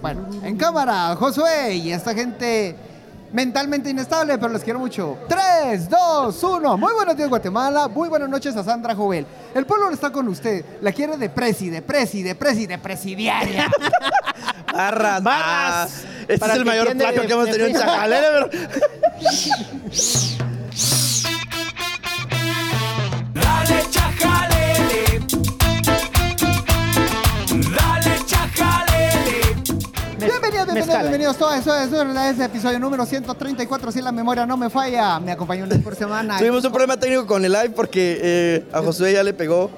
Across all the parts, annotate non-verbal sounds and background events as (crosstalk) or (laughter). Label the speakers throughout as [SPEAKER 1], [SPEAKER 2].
[SPEAKER 1] Bueno, en cámara, Josué y esta gente mentalmente inestable, pero los quiero mucho. 3, 2, 1. Muy buenos días, Guatemala. Muy buenas noches a Sandra Jovel. El pueblo está con usted. La quiere de presi, de presi, de presi, de presidiaria.
[SPEAKER 2] Barras, barras. Este
[SPEAKER 3] Para
[SPEAKER 2] es el
[SPEAKER 3] que
[SPEAKER 2] mayor
[SPEAKER 3] entiende
[SPEAKER 2] plato
[SPEAKER 3] de-
[SPEAKER 2] que hemos
[SPEAKER 3] de
[SPEAKER 2] tenido en
[SPEAKER 3] frijol.
[SPEAKER 2] (laughs) Chacalera, pero.
[SPEAKER 4] Dale chajalele. Dale chajalele.
[SPEAKER 1] Bienvenidos, bienvenidos,
[SPEAKER 3] mezcala.
[SPEAKER 1] bienvenidos todos eso, eso es este episodio número 134, si la memoria no me falla. Me acompañó una vez por semana.
[SPEAKER 2] Tuvimos un problema técnico con el live porque eh, a Josué ya le pegó.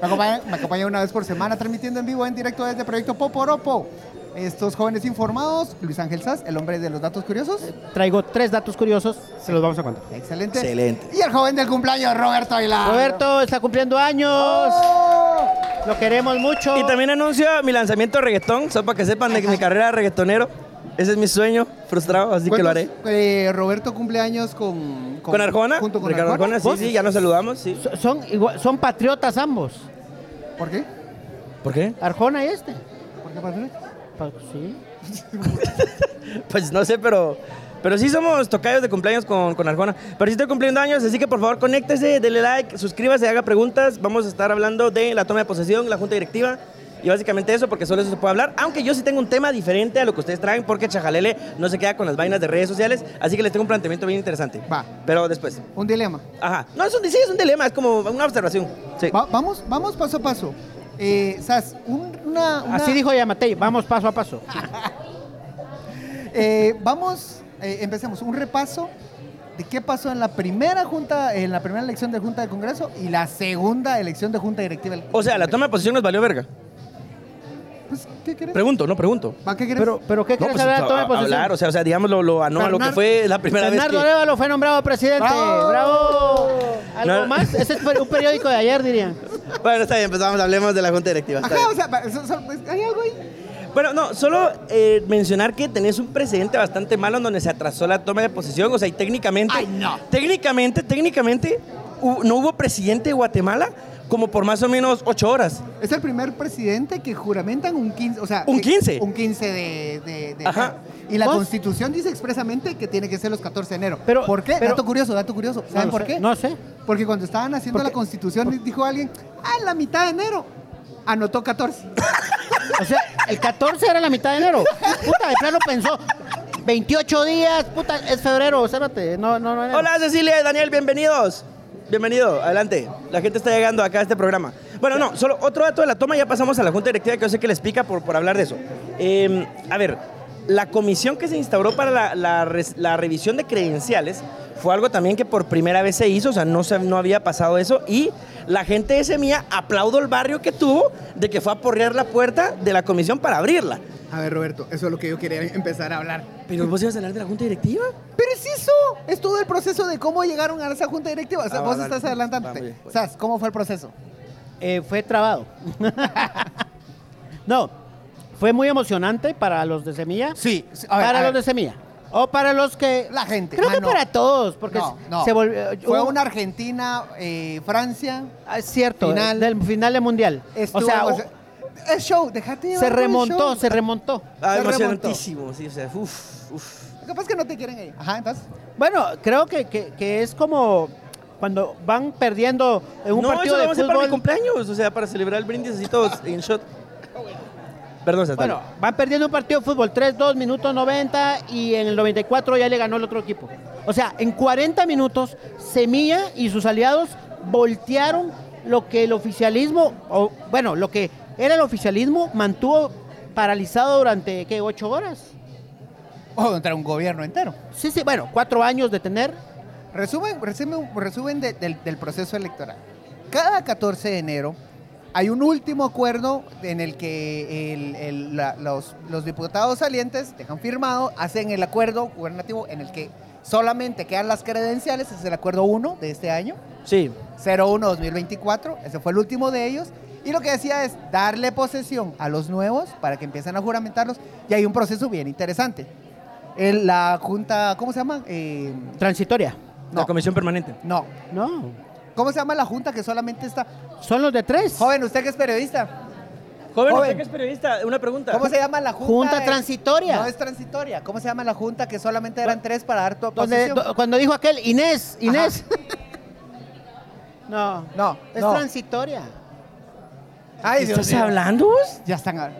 [SPEAKER 1] Me acompaña, me acompaña una vez por semana transmitiendo en vivo, en directo desde Proyecto Poporopo. Estos jóvenes informados, Luis Ángel Sass, el hombre de los datos curiosos.
[SPEAKER 3] Traigo tres datos curiosos, se los vamos a contar.
[SPEAKER 1] Excelente.
[SPEAKER 2] Excelente.
[SPEAKER 1] Y el joven del cumpleaños, Roberto Aguilar.
[SPEAKER 3] Roberto está cumpliendo años,
[SPEAKER 1] ¡Oh!
[SPEAKER 3] lo queremos mucho.
[SPEAKER 2] Y también anuncio mi lanzamiento de reggaetón, solo para que sepan de que mi carrera de reggaetonero. Ese es mi sueño frustrado, así que lo haré.
[SPEAKER 1] ¿Cuántos, eh, Roberto cumpleaños con,
[SPEAKER 2] ¿Con Arjona?
[SPEAKER 1] Junto con
[SPEAKER 2] Ricardo
[SPEAKER 1] Arjona.
[SPEAKER 2] Arjona, sí,
[SPEAKER 3] ¿Vos?
[SPEAKER 2] sí, ya nos saludamos, sí.
[SPEAKER 3] So- Son, igua- son patriotas ambos,
[SPEAKER 1] ¿Por qué?
[SPEAKER 2] ¿Por qué?
[SPEAKER 3] Arjona y este.
[SPEAKER 1] ¿Por qué padre?
[SPEAKER 3] Pa- Sí.
[SPEAKER 2] Pues no sé, pero. Pero sí somos tocayos de cumpleaños con, con Arjona. Pero sí estoy cumpliendo años, así que por favor conéctese, dele like, suscríbase, haga preguntas. Vamos a estar hablando de la toma de posesión, la junta directiva y básicamente eso, porque solo eso se puede hablar. Aunque yo sí tengo un tema diferente a lo que ustedes traen, porque Chajalele no se queda con las vainas de redes sociales, así que les tengo un planteamiento bien interesante.
[SPEAKER 1] Va.
[SPEAKER 2] Pero después.
[SPEAKER 1] Un dilema.
[SPEAKER 2] Ajá. No, es un, sí, es un dilema, es como una observación. Sí.
[SPEAKER 1] Va- vamos, vamos paso a paso. Eh, Sass, un- una, una-
[SPEAKER 3] Así dijo Yamatei, vamos paso a paso. Ah,
[SPEAKER 1] Eh, vamos, eh, empecemos un repaso de qué pasó en la primera junta, en la primera elección de junta de Congreso y la segunda elección de junta directiva. del-
[SPEAKER 2] O sea, la toma de posesión nos valió verga.
[SPEAKER 1] Pues, ¿Qué querés?
[SPEAKER 2] Pregunto, no pregunto.
[SPEAKER 1] Va, ¿Qué querés?
[SPEAKER 3] Pero, pero ¿qué quieres
[SPEAKER 2] pues,
[SPEAKER 3] hablar de la toma de
[SPEAKER 2] a-
[SPEAKER 3] posesión?
[SPEAKER 2] Hablar, o sea, o sea, digamos lo, lo anó a lo que
[SPEAKER 1] Bernardo-
[SPEAKER 2] fue la primera
[SPEAKER 3] Bernardo
[SPEAKER 2] vez que...
[SPEAKER 3] Arevalo fue nombrado presidente.
[SPEAKER 1] ¡Bravo!
[SPEAKER 3] ¡Bravo! ¿Algo
[SPEAKER 2] No.
[SPEAKER 3] más? Ese es per- un periódico de ayer, dirían.
[SPEAKER 2] Bueno, está bien, pues vamos, hablemos de la Junta Directiva. está
[SPEAKER 1] Ajá, o
[SPEAKER 2] bien.
[SPEAKER 1] sea, va- so- so- pues, hay algo ahí.
[SPEAKER 2] Bueno, no, solo eh, mencionar que tenés un precedente bastante malo en donde se atrasó la toma de posesión, o sea, y técnicamente...
[SPEAKER 1] Ay, no.
[SPEAKER 2] Técnicamente, técnicamente, hu- no hubo presidente de Guatemala como por más o menos ocho horas.
[SPEAKER 1] Es el primer presidente que juramentan un 15, o sea,
[SPEAKER 2] ¿Un
[SPEAKER 1] eh,
[SPEAKER 2] 15?
[SPEAKER 1] un 15 de, de- de-
[SPEAKER 2] Ajá.
[SPEAKER 1] Y la
[SPEAKER 3] ¿Vos?
[SPEAKER 1] Constitución dice expresamente que tiene que ser los 14 de enero.
[SPEAKER 3] Pero-
[SPEAKER 1] ¿Por qué?
[SPEAKER 3] pero-
[SPEAKER 1] dato curioso, dato curioso. ¿Saben
[SPEAKER 3] No
[SPEAKER 1] por
[SPEAKER 3] sé,
[SPEAKER 1] qué?
[SPEAKER 3] No sé.
[SPEAKER 1] Porque cuando estaban haciendo
[SPEAKER 3] ¿Por
[SPEAKER 1] la
[SPEAKER 3] qué?
[SPEAKER 1] Constitución dijo alguien, ah, en la mitad de enero anotó 14.
[SPEAKER 3] O sea, el 14 era la mitad de enero. Puta, de plano pensó. 28 días, puta, es febrero, espérate. No, no, no. enero.
[SPEAKER 2] Hola Cecilia y Daniel, bienvenidos. Bienvenido, adelante. La gente está llegando acá a este programa. Bueno, no, solo otro dato de la toma, ya pasamos a la Junta Directiva que yo sé que les pica por, por hablar de eso. Eh, a ver, la comisión que se instauró para la, la res- la revisión de credenciales fue algo también que por primera vez se hizo, o sea, no, se, no había pasado eso y la gente de Semilla aplaudo el barrio que tuvo de que fue a porrear la puerta de la comisión para abrirla.
[SPEAKER 1] A ver, Roberto, eso es lo que yo quería empezar a hablar.
[SPEAKER 2] Pero vos ibas a hablar de la Junta Directiva.
[SPEAKER 1] Pero es eso, es todo el proceso de cómo llegaron a esa junta directiva. O sea,
[SPEAKER 2] Ah,
[SPEAKER 1] vos
[SPEAKER 2] va,
[SPEAKER 1] estás
[SPEAKER 2] dale.
[SPEAKER 1] adelantándote.
[SPEAKER 2] Va, muy bien, pues.
[SPEAKER 1] Sas, ¿cómo fue el proceso?
[SPEAKER 3] Eh, fue trabado. no, fue muy emocionante para los de Semilla.
[SPEAKER 1] Sí, sí, a ver,
[SPEAKER 3] para
[SPEAKER 1] a
[SPEAKER 3] los
[SPEAKER 1] ver.
[SPEAKER 3] de Semilla. O para los que.
[SPEAKER 1] La gente,
[SPEAKER 3] Creo
[SPEAKER 1] ah,
[SPEAKER 3] que
[SPEAKER 1] no.
[SPEAKER 3] para todos, porque
[SPEAKER 1] No,
[SPEAKER 3] se-
[SPEAKER 1] no.
[SPEAKER 3] se volvió.
[SPEAKER 1] Fue
[SPEAKER 3] hubo-
[SPEAKER 1] una Argentina, eh, Francia.
[SPEAKER 3] Ah, Es cierto,
[SPEAKER 1] final.
[SPEAKER 3] final, del final del mundial.
[SPEAKER 1] estuvo-
[SPEAKER 3] o sea,
[SPEAKER 1] o sea, es show, déjate. llevar
[SPEAKER 3] se
[SPEAKER 1] por el
[SPEAKER 3] remontó,
[SPEAKER 1] show.
[SPEAKER 3] se remontó.
[SPEAKER 2] Ah,
[SPEAKER 1] Se remontó.
[SPEAKER 2] emocionantísimo, sí, o sea, uff, uff.
[SPEAKER 1] Capaz que no te quieren ahí. Ajá, entonces.
[SPEAKER 3] Bueno, creo que, que- que es como cuando van perdiendo en un
[SPEAKER 2] no, eso
[SPEAKER 3] partido
[SPEAKER 2] lo
[SPEAKER 3] de
[SPEAKER 2] vamos a hacer para mi
[SPEAKER 3] fútbol.
[SPEAKER 2] cumpleaños, o sea, para celebrar el brindis así todos en shot. Perdón, Santana.
[SPEAKER 3] Bueno, van perdiendo un partido de fútbol 3-2, minutos 90 y en el 94 ya le ganó el otro equipo. O sea, en 40 minutos, Semilla y sus aliados voltearon lo que el oficialismo, o bueno, lo que era el oficialismo, mantuvo paralizado durante, ¿qué? ¿Ocho horas?
[SPEAKER 1] O entrar un gobierno entero.
[SPEAKER 3] Sí, sí, bueno, cuatro años de tener.
[SPEAKER 1] Resumen, resumen, resumen de- del, del proceso electoral. Cada 14 de enero hay un último acuerdo en el que el- el- la- los, los diputados salientes dejan firmado, hacen el acuerdo gubernativo en el que solamente quedan las credenciales, es el acuerdo 1 de este año,
[SPEAKER 2] sí.
[SPEAKER 1] 01-2024, ese fue el último de ellos, y lo que decía es darle posesión a los nuevos para que empiecen a juramentarlos, y hay un proceso bien interesante. El- la Junta, ¿cómo se llama? Eh,
[SPEAKER 3] Transitoria.
[SPEAKER 2] La comisión permanente.
[SPEAKER 1] no,
[SPEAKER 3] No.
[SPEAKER 1] ¿Cómo se llama la junta que solamente está?
[SPEAKER 3] Son los de tres.
[SPEAKER 1] Joven, usted que es periodista.
[SPEAKER 2] Joven,
[SPEAKER 1] Joven.
[SPEAKER 2] usted que es periodista, una pregunta.
[SPEAKER 1] ¿Cómo se llama la junta?
[SPEAKER 3] Junta
[SPEAKER 1] de-
[SPEAKER 3] transitoria.
[SPEAKER 1] No es transitoria. ¿Cómo se llama la junta que solamente eran tres para dar tu
[SPEAKER 3] Donde-
[SPEAKER 1] oposición?
[SPEAKER 3] do- cuando dijo aquel, Inés,
[SPEAKER 1] (laughs)
[SPEAKER 3] Inés. no,
[SPEAKER 1] No,
[SPEAKER 3] es
[SPEAKER 1] no.
[SPEAKER 3] transitoria.
[SPEAKER 1] Ay,
[SPEAKER 2] ¿Estás
[SPEAKER 1] mío.
[SPEAKER 2] hablando?
[SPEAKER 1] Ya están hab-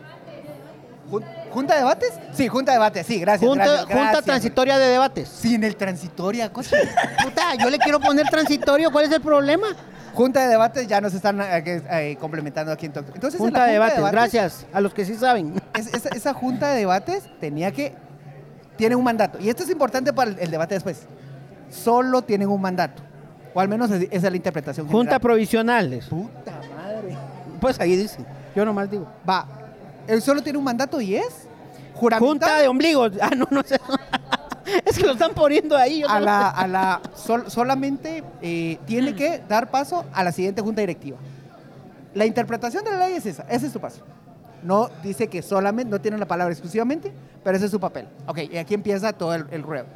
[SPEAKER 1] Jun- ¿Junta de debates? Sí, junta de debates, sí, gracias.
[SPEAKER 3] Junta,
[SPEAKER 1] gracias,
[SPEAKER 3] junta
[SPEAKER 1] gracias.
[SPEAKER 3] transitoria de debates.
[SPEAKER 1] Sin el transitoria, cosa.
[SPEAKER 3] (laughs) Puta, yo le quiero poner transitorio, ¿cuál es el problema?
[SPEAKER 1] junta de debates ya nos están eh, que- eh, complementando aquí en Tok Tok. Entonces, en la
[SPEAKER 3] Junta de debates,
[SPEAKER 1] debates,
[SPEAKER 3] gracias a los que sí saben.
[SPEAKER 1] es- esa, esa junta de debates tenía que. Tiene un mandato. Y esto es importante para el, el debate después. Solo tienen un mandato. O al menos es- esa es la interpretación.
[SPEAKER 3] Junta
[SPEAKER 1] general.
[SPEAKER 3] provisionales.
[SPEAKER 1] Puta madre.
[SPEAKER 3] Pues ahí dice. Yo nomás digo.
[SPEAKER 1] Va. Él solo tiene un mandato y es. Juramentar
[SPEAKER 3] Junta de ombligos. Ah, no, no sé. (laughs) es que lo están poniendo ahí. yo
[SPEAKER 1] a
[SPEAKER 3] no-
[SPEAKER 1] la, a la sol- solamente eh, tiene que dar paso a la siguiente junta directiva. La interpretación de la ley es esa, ese es su paso. No dice que solamente, no tiene la palabra exclusivamente, pero ese es su papel. Ok, y aquí empieza todo el, el ruedo.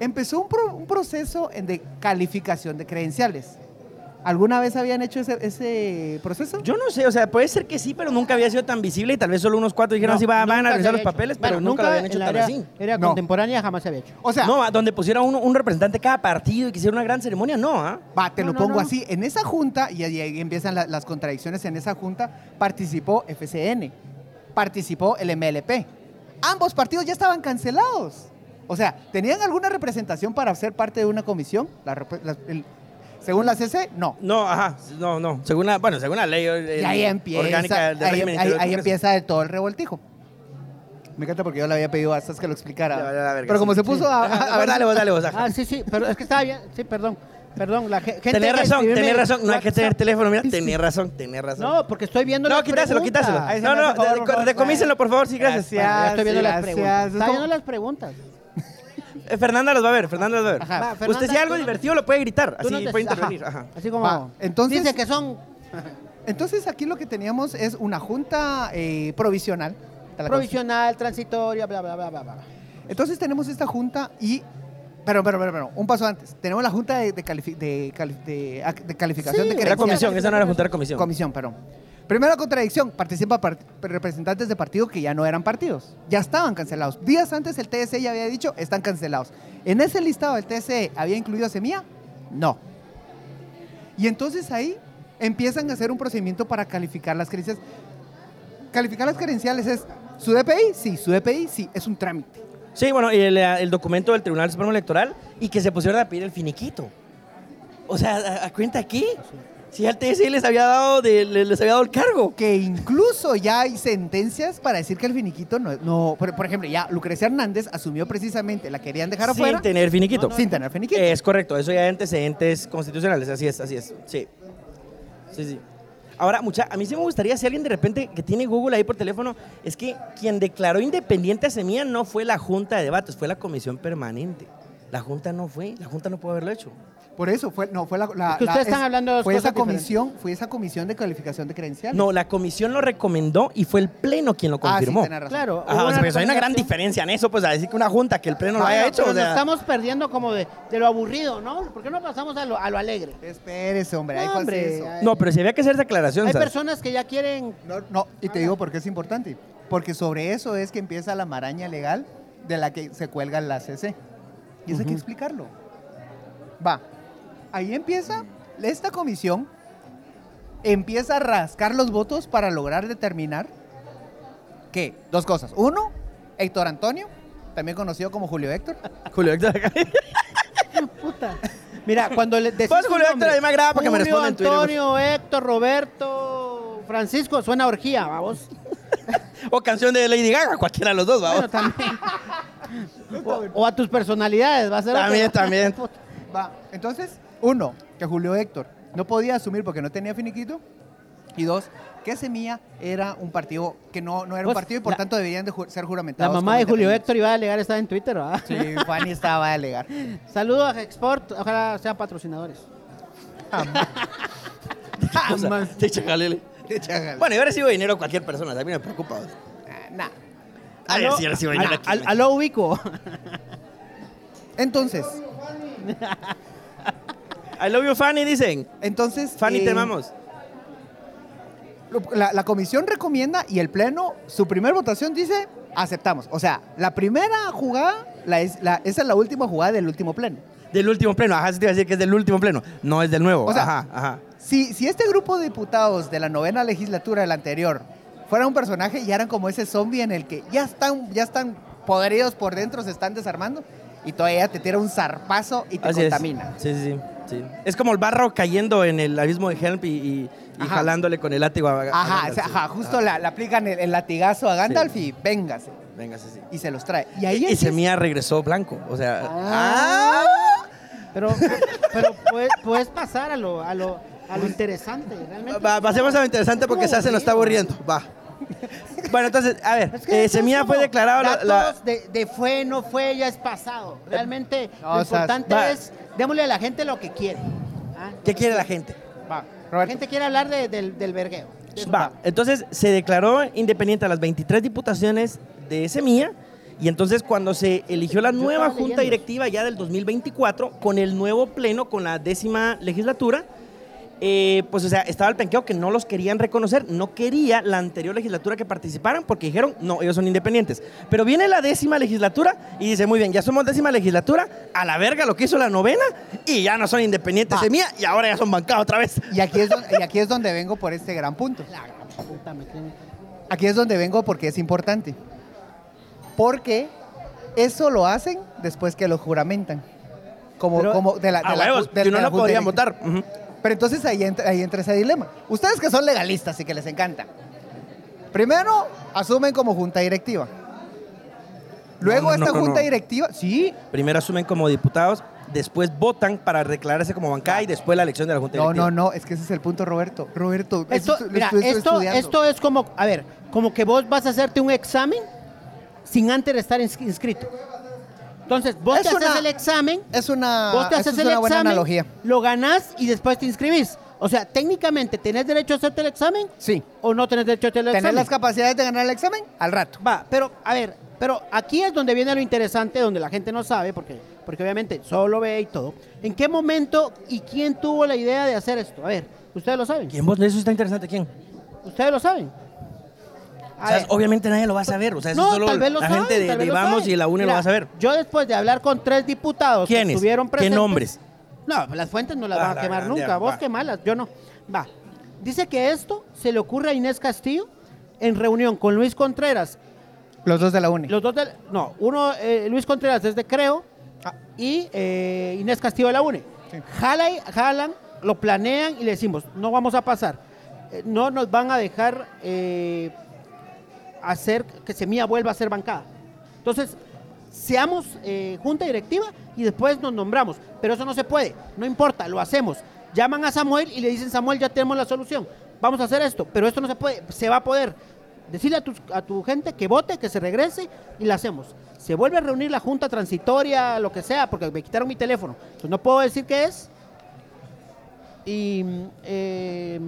[SPEAKER 1] Empezó un, pro- un proceso en de calificación de credenciales. ¿Alguna vez habían hecho ese, ese proceso?
[SPEAKER 2] Yo no sé, o sea, puede ser que sí, pero nunca había sido tan visible y tal vez solo unos cuatro dijeron
[SPEAKER 3] No,
[SPEAKER 2] así, va, van
[SPEAKER 3] nunca
[SPEAKER 2] a
[SPEAKER 3] se
[SPEAKER 2] revisar
[SPEAKER 3] había
[SPEAKER 2] los
[SPEAKER 3] hecho.
[SPEAKER 2] papeles,
[SPEAKER 3] Bueno,
[SPEAKER 2] pero nunca lo habían hecho
[SPEAKER 3] en la
[SPEAKER 2] tan
[SPEAKER 3] era,
[SPEAKER 2] así.
[SPEAKER 3] Era
[SPEAKER 1] No.
[SPEAKER 3] contemporánea, jamás se había hecho.
[SPEAKER 1] o sea,
[SPEAKER 2] no, a donde pusiera uno- un representante de cada partido y que hiciera una gran ceremonia, no, ¿ah?
[SPEAKER 1] Va, te
[SPEAKER 3] No,
[SPEAKER 1] lo
[SPEAKER 3] no,
[SPEAKER 1] pongo
[SPEAKER 3] no.
[SPEAKER 1] así. En esa junta, y ahí ahí empiezan la- las contradicciones, en esa junta participó FCN, participó el MLP. Ambos partidos ya estaban cancelados. O sea, ¿tenían alguna representación para ser parte de una comisión? La repre- la- el- según la CC, no.
[SPEAKER 2] No, ajá, no, no. Según la, bueno, según la ley eh,
[SPEAKER 1] Y ahí empieza,
[SPEAKER 2] orgánica del
[SPEAKER 1] ahí-
[SPEAKER 2] régimen
[SPEAKER 1] ahí-
[SPEAKER 2] interior
[SPEAKER 1] ahí
[SPEAKER 2] del Congreso.
[SPEAKER 1] empieza de todo el revoltijo. Me encanta porque yo le había pedido a Sas que lo explicara.
[SPEAKER 2] Le vale la verga,
[SPEAKER 1] Pero como
[SPEAKER 2] sí.
[SPEAKER 1] se puso
[SPEAKER 2] (laughs)
[SPEAKER 1] a, a- a
[SPEAKER 2] A ver, dale vos, dale vos. ajá.
[SPEAKER 3] Ah, sí, sí, pero es que estaba bien. Sí, perdón. Perdón, la ge- gente.
[SPEAKER 2] Tenés
[SPEAKER 3] que
[SPEAKER 2] razón,
[SPEAKER 3] escribe
[SPEAKER 2] tenés
[SPEAKER 3] en
[SPEAKER 2] razón. No hay que
[SPEAKER 3] WhatsApp.
[SPEAKER 2] tener
[SPEAKER 1] (laughs)
[SPEAKER 2] teléfono, mira, tenés razón, tenés razón.
[SPEAKER 3] No, porque estoy viendo
[SPEAKER 2] No,
[SPEAKER 3] las
[SPEAKER 2] quításelo,
[SPEAKER 3] preguntas.
[SPEAKER 2] quításelo.
[SPEAKER 1] Ahí se
[SPEAKER 2] No,
[SPEAKER 1] me hace
[SPEAKER 2] no,
[SPEAKER 1] favor,
[SPEAKER 2] de-
[SPEAKER 1] por favor.
[SPEAKER 2] recomíselo, por favor, sí, gracias.
[SPEAKER 1] Gracias.
[SPEAKER 3] Ya estoy viendo las
[SPEAKER 1] Gracias,
[SPEAKER 3] preguntas.
[SPEAKER 1] es
[SPEAKER 3] Está
[SPEAKER 1] como-
[SPEAKER 3] viendo las preguntas.
[SPEAKER 2] Eh, Fernanda los va a ver, Fernanda los va a ver.
[SPEAKER 1] Ajá.
[SPEAKER 3] Va, Fernanda,
[SPEAKER 2] Usted si algo
[SPEAKER 3] tú no-
[SPEAKER 2] divertido lo puede gritar,
[SPEAKER 3] Tú
[SPEAKER 2] así
[SPEAKER 3] no te-
[SPEAKER 2] puede intervenir.
[SPEAKER 3] ajá.
[SPEAKER 2] Ajá.
[SPEAKER 3] Así como.
[SPEAKER 1] Va, entonces-
[SPEAKER 3] Dice que son
[SPEAKER 1] Entonces aquí lo que teníamos es una junta eh, provisional. de la Constitución.
[SPEAKER 3] provisional, transitoria, bla, bla, bla, bla, bla.
[SPEAKER 1] Entonces tenemos esta junta y... Pero, pero, pero, pero, un paso antes. Tenemos la junta de, de califi- de cali- de ac- de calificación
[SPEAKER 3] Sí,
[SPEAKER 1] de
[SPEAKER 3] la
[SPEAKER 2] Era
[SPEAKER 1] credenciales.
[SPEAKER 2] comisión, esa no era juntar comisión.
[SPEAKER 1] Comisión, perdón. Primera contradicción, participan par- representantes de partido que ya no eran partidos. Ya estaban cancelados. Días antes el TSE ya había dicho, están cancelados. ¿En ese listado el TSE había incluido a Semilla? No. Y entonces ahí empiezan a hacer un procedimiento para calificar las creencias. Calificar las credenciales es, ¿su DPI? Sí, su DPI, sí, es un trámite.
[SPEAKER 2] Sí, bueno, y el, eh, el documento del Tribunal Supremo Electoral y que se pusieron a pedir el finiquito. O sea, ¿a, a cuenta aquí? Si al TSI les había dado, de- le- les había dado el cargo.
[SPEAKER 1] que incluso ya hay sentencias para decir que el finiquito no, no por, por ejemplo, ya Lucrecia Hernández asumió precisamente, la querían dejar
[SPEAKER 2] Sin
[SPEAKER 1] afuera
[SPEAKER 2] tener finiquito.
[SPEAKER 1] sin tener finiquito.
[SPEAKER 2] Eh,
[SPEAKER 3] Eh,
[SPEAKER 2] Es correcto, eso ya hay antecedentes constitucionales, así es, así es. Sí. Sí, sí. Ahora, mucha, a mí sí me gustaría si alguien de repente que tiene Google ahí por teléfono, es que quien declaró independiente a Semilla no fue la Junta de Debates, fue la Comisión Permanente. La Junta no fue, la Junta no pudo haberlo hecho.
[SPEAKER 1] por eso fue no fue la, la-
[SPEAKER 3] Es que
[SPEAKER 1] la-
[SPEAKER 3] ustedes están hablando de dos
[SPEAKER 1] fue
[SPEAKER 3] cosas
[SPEAKER 1] esa comisión, fue esa comisión de calificación de credenciales.
[SPEAKER 2] No, la comisión lo recomendó y fue el Pleno quien lo
[SPEAKER 1] Ah, sí,
[SPEAKER 2] confirmó.
[SPEAKER 1] tenés razón.
[SPEAKER 3] Claro.
[SPEAKER 2] Ajá,
[SPEAKER 3] hubo
[SPEAKER 2] o sea, pues hay una gran
[SPEAKER 3] recomendación.
[SPEAKER 2] diferencia en eso, pues a decir que una junta que el pleno lo
[SPEAKER 3] Bueno,
[SPEAKER 2] haya hecho.
[SPEAKER 3] pero
[SPEAKER 2] o sea.
[SPEAKER 3] nos estamos perdiendo como de, de lo aburrido, ¿no? ¿Por qué no pasamos a lo, a lo alegre?
[SPEAKER 1] Espérese, hombre, hay
[SPEAKER 3] No, hombre, ay.
[SPEAKER 2] No, pero si había que hacer esa aclaración.
[SPEAKER 3] Hay
[SPEAKER 2] ¿sabes?
[SPEAKER 3] personas que ya quieren. (laughs)
[SPEAKER 1] No, no, y te digo por qué es importante, porque sobre eso es que empieza la maraña legal de la que se cuelga la CC. Y eso hay que explicarlo. Va, ahí empieza esta comisión, empieza a rascar los votos para lograr determinar que dos cosas. Uno, Héctor Antonio, también conocido como Julio Héctor.
[SPEAKER 2] Julio
[SPEAKER 3] (laughs)
[SPEAKER 2] Héctor acá. (laughs)
[SPEAKER 3] Puta. Mira, cuando (laughs) le decís
[SPEAKER 2] Pon Julio
[SPEAKER 3] un nombre,
[SPEAKER 2] Héctor ahí más grave para que me
[SPEAKER 3] Julio,
[SPEAKER 2] responda en Twitter, por
[SPEAKER 3] Antonio, Héctor, Roberto, Francisco, suena a orgía, vamos.
[SPEAKER 2] O canción de Lady Gaga, cualquiera de los dos,
[SPEAKER 3] Bueno,
[SPEAKER 2] vamos.
[SPEAKER 3] también. o, o a tus personalidades, va a ser.
[SPEAKER 2] También,
[SPEAKER 1] (laughs)
[SPEAKER 3] otra.
[SPEAKER 2] también. (laughs)
[SPEAKER 1] Va, entonces, uno, que Julio Héctor no podía asumir porque no tenía finiquito. Y dos, que Semilla era un partido que no, no era un
[SPEAKER 3] Pues,
[SPEAKER 1] partido y por
[SPEAKER 3] la-
[SPEAKER 1] tanto debían de ju- ser
[SPEAKER 3] La
[SPEAKER 1] juramentados.
[SPEAKER 3] mamá
[SPEAKER 1] como
[SPEAKER 3] de Julio
[SPEAKER 1] independientes.
[SPEAKER 3] Héctor iba a alegar, estaba en Twitter, ¿verdad?
[SPEAKER 1] Sí, Fanny estaba a
[SPEAKER 3] (laughs)
[SPEAKER 1] alegar.
[SPEAKER 3] Saludos a Export, ojalá sean patrocinadores.
[SPEAKER 2] O sea, te echa jalele. Bueno, yo recibo dinero a cualquier persona, también me preocupa. o sea.
[SPEAKER 1] Ah, Nah.
[SPEAKER 2] A ver si recibo dinero aquí.
[SPEAKER 3] al- aló, ubico.
[SPEAKER 1] Entonces,
[SPEAKER 2] I love you, Fanny, dicen.
[SPEAKER 1] entonces.
[SPEAKER 2] Fanny,
[SPEAKER 1] eh,
[SPEAKER 2] te amamos.
[SPEAKER 1] lo- la, la comisión recomienda y el pleno, su primera votación dice aceptamos. O sea, la primera jugada, la es, la- esa es la última jugada del último pleno.
[SPEAKER 2] Del último pleno, ajá, sí te iba a decir que es del último pleno. No es del nuevo.
[SPEAKER 1] O sea,
[SPEAKER 2] ajá, ajá.
[SPEAKER 1] Si, si este grupo de diputados de la novena legislatura, de la anterior, fuera un personaje y eran como ese zombie en el que ya están, ya están podridos por dentro, se están desarmando y todavía te tira un zarpazo y te
[SPEAKER 2] Así es.
[SPEAKER 1] contamina.
[SPEAKER 2] Sí, sí, sí, sí. Es como el barro cayendo en el abismo de Helm y, y- y
[SPEAKER 1] Ajá.
[SPEAKER 2] jalándole con el látigo. a- a
[SPEAKER 1] Ajá,
[SPEAKER 2] Gandalf,
[SPEAKER 1] o sea,
[SPEAKER 2] sí.
[SPEAKER 1] ajá, justo La, le aplican el, el latigazo a Gandalf y véngase.
[SPEAKER 2] Venga, sí, sí.
[SPEAKER 1] Y se los trae. Y
[SPEAKER 2] Y,
[SPEAKER 1] ahí
[SPEAKER 2] y
[SPEAKER 1] empieza-
[SPEAKER 2] Semilla regresó blanco. O sea.
[SPEAKER 1] Ah.
[SPEAKER 3] Pero, pero puedes, puedes pasar a lo, a lo, a lo interesante, realmente.
[SPEAKER 2] Va, pasemos a lo interesante porque
[SPEAKER 3] Estuvo
[SPEAKER 2] Sase nos está
[SPEAKER 3] aburrido.
[SPEAKER 2] aburriendo. Va. Bueno, entonces, a ver,
[SPEAKER 3] Es que
[SPEAKER 2] eh,
[SPEAKER 3] eso es
[SPEAKER 2] Semilla fue
[SPEAKER 3] como
[SPEAKER 2] declarado la-
[SPEAKER 3] datos
[SPEAKER 2] la-
[SPEAKER 3] de, de fue, no fue, ya es pasado. Realmente
[SPEAKER 2] Eh,
[SPEAKER 1] no,
[SPEAKER 3] lo
[SPEAKER 1] o sea,
[SPEAKER 3] importante
[SPEAKER 2] va.
[SPEAKER 3] es démosle a la gente lo que quiere. ¿ah?
[SPEAKER 2] ¿Qué quiere la gente?
[SPEAKER 3] Va. La
[SPEAKER 1] Roberto.
[SPEAKER 3] gente quiere hablar de- del, del vergueo. De eso
[SPEAKER 2] Va. Entonces, se declaró independiente a las 23 diputaciones de Semilla. Y entonces, cuando se eligió la nueva
[SPEAKER 3] estaba
[SPEAKER 2] junta
[SPEAKER 3] leyendo.
[SPEAKER 2] directiva ya del 2024, con el nuevo pleno, con la décima legislatura, eh, pues, o sea, estaba el penqueo que no los querían reconocer, no quería la anterior legislatura que participaran porque dijeron, no, ellos son independientes. Pero viene la décima legislatura y dice, muy bien, ya somos décima legislatura, a la verga lo que hizo la novena y ya no son independientes
[SPEAKER 1] Va.
[SPEAKER 2] Semilla y ahora ya son bancados otra vez.
[SPEAKER 1] Y aquí, es don- y aquí es donde vengo por este gran punto.
[SPEAKER 3] La gran puta, me tiene-
[SPEAKER 1] Aquí es donde vengo porque es importante. Porque eso lo hacen después que lo juramentan. Como,
[SPEAKER 3] Pero-
[SPEAKER 1] como de la, de
[SPEAKER 2] a
[SPEAKER 1] la
[SPEAKER 2] huevos,
[SPEAKER 1] ju- de-
[SPEAKER 2] si no,
[SPEAKER 1] de la
[SPEAKER 2] no
[SPEAKER 1] junta
[SPEAKER 2] podrían
[SPEAKER 1] directiva.
[SPEAKER 2] votar. Ujú.
[SPEAKER 1] Pero entonces ahí entra, ahí entra ese dilema. Ustedes que son legalistas y que les encanta. Primero, asumen como junta directiva. Luego
[SPEAKER 2] no,
[SPEAKER 1] esta
[SPEAKER 2] no, no.
[SPEAKER 1] junta directiva, sí,
[SPEAKER 2] Primero asumen como diputados, después votan para declararse como bancada y después la elección de la Junta
[SPEAKER 1] No, no,
[SPEAKER 2] Directiva.
[SPEAKER 1] no, es que ese es el punto, Roberto. Roberto,
[SPEAKER 3] Esto,
[SPEAKER 1] eso es- lo
[SPEAKER 3] mira,
[SPEAKER 1] estoy
[SPEAKER 3] esto,
[SPEAKER 1] estudiando.
[SPEAKER 3] esto es como, a ver, como que vos vas a hacerte un examen sin antes de estar ins- inscrito. Entonces, vos
[SPEAKER 1] Es
[SPEAKER 3] te haces
[SPEAKER 1] una-
[SPEAKER 3] el examen,
[SPEAKER 1] es una,
[SPEAKER 2] Ah,
[SPEAKER 3] vos te
[SPEAKER 1] eso
[SPEAKER 3] haces
[SPEAKER 1] es
[SPEAKER 3] el
[SPEAKER 1] una
[SPEAKER 3] examen,
[SPEAKER 1] buena analogía.
[SPEAKER 3] lo ganás y después te inscribís. O sea, técnicamente, ¿tenés derecho a hacerte el examen
[SPEAKER 1] Sí.
[SPEAKER 3] o no tenés derecho a hacerte el
[SPEAKER 1] Tener
[SPEAKER 3] examen?
[SPEAKER 1] las capacidades de ganar el examen al rato.
[SPEAKER 3] Va, pero a ver, pero aquí es donde viene lo interesante, donde la gente no sabe, porque, porque obviamente solo ve y todo. ¿En qué momento y quién tuvo la idea de hacer esto? A ver, ustedes lo saben.
[SPEAKER 2] ¿Quién vos? Eso está interesante, ¿quién?
[SPEAKER 3] Ustedes lo saben. A
[SPEAKER 2] O sea,
[SPEAKER 3] ver.
[SPEAKER 2] obviamente nadie lo va a saber. O sea, eso
[SPEAKER 3] No,
[SPEAKER 2] solo
[SPEAKER 3] tal vez lo
[SPEAKER 2] la
[SPEAKER 3] saben,
[SPEAKER 2] gente de,
[SPEAKER 3] tal
[SPEAKER 2] de
[SPEAKER 3] vez lo
[SPEAKER 2] Vamos
[SPEAKER 3] saben.
[SPEAKER 2] y la UNE lo
[SPEAKER 3] Mira,
[SPEAKER 2] va a saber.
[SPEAKER 3] Yo después de hablar con tres diputados que
[SPEAKER 2] ¿Quiénes?
[SPEAKER 3] estuvieron
[SPEAKER 2] ¿Qué
[SPEAKER 3] presentes.
[SPEAKER 2] nombres?
[SPEAKER 3] No, las fuentes no las
[SPEAKER 2] Ah,
[SPEAKER 3] vas
[SPEAKER 2] la
[SPEAKER 3] a quemar
[SPEAKER 2] gran
[SPEAKER 3] nunca.
[SPEAKER 2] idea,
[SPEAKER 3] Vos
[SPEAKER 2] va.
[SPEAKER 3] quemalas, yo no. Va. Dice que esto se le ocurre a Inés Castillo en reunión con Luis Contreras
[SPEAKER 1] Los dos de la uni.
[SPEAKER 3] los dos del- No, uno, eh, Luis Contreras es de Creo ah, y eh, Inés Castillo de la UNE. Jala y- jalan, lo planean y le decimos, no vamos a pasar. Eh, no nos van a dejar eh, hacer que Semilla vuelva a ser bancada. Entonces, seamos eh, junta directiva y después nos nombramos. Pero eso no se puede, no importa, lo hacemos. Llaman a Samuel y le dicen, Samuel, ya tenemos la solución. Vamos a hacer esto, pero esto no se puede, se va a poder. Decirle a tu, a tu gente que vote, que se regrese y la hacemos. Se vuelve a reunir la junta transitoria, lo que sea, porque me quitaron mi teléfono. Entonces no puedo decir qué es. Y mm, eh,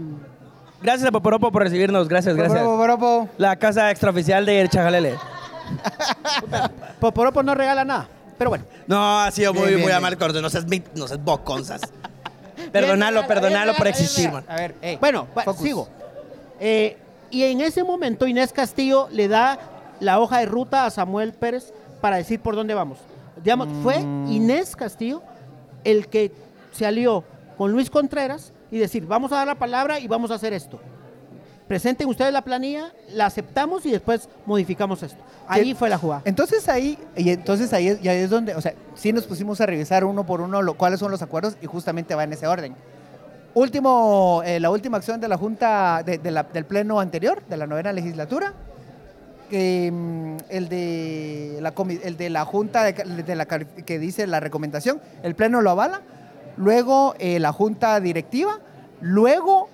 [SPEAKER 2] Gracias a Poporopo por recibirnos. Gracias, gracias.
[SPEAKER 1] Poropo, poropo.
[SPEAKER 2] La casa extraoficial de Chajalele.
[SPEAKER 3] Poporopo no regala nada. Pero bueno.
[SPEAKER 2] No, ha sido
[SPEAKER 1] Bien,
[SPEAKER 2] muy,
[SPEAKER 1] bien,
[SPEAKER 2] muy
[SPEAKER 1] bien.
[SPEAKER 2] amable con nosotros. No seas, mi- no seas
[SPEAKER 1] (laughs)
[SPEAKER 2] boconzas. perdonalo, perdonalo por existir, man.
[SPEAKER 1] A ver, ey,
[SPEAKER 3] Bueno, bueno,
[SPEAKER 1] focus.
[SPEAKER 3] sigo. Eh, y en ese momento Inés Castillo le da la hoja de ruta a Samuel Pérez para decir por dónde vamos. Digamos, fue
[SPEAKER 1] Mm.
[SPEAKER 3] Inés Castillo el que se alió con Luis Contreras y decir, vamos a dar la palabra y vamos a hacer esto. Presenten ustedes la planilla, la aceptamos y después modificamos esto. Ahí
[SPEAKER 1] Que-
[SPEAKER 3] fue la jugada.
[SPEAKER 1] Entonces ahí, y entonces ahí es- ya es donde, o sea, sí nos pusimos a revisar uno por uno lo, cuáles son los acuerdos y justamente va en ese orden. Último, eh, la última acción de la Junta de- de la- del Pleno anterior, de la novena legislatura, que, mm, el, de la, comi- el de la Junta de, ca- de la, cali- que dice la recomendación, el Pleno lo avala, luego eh, la Junta Directiva, luego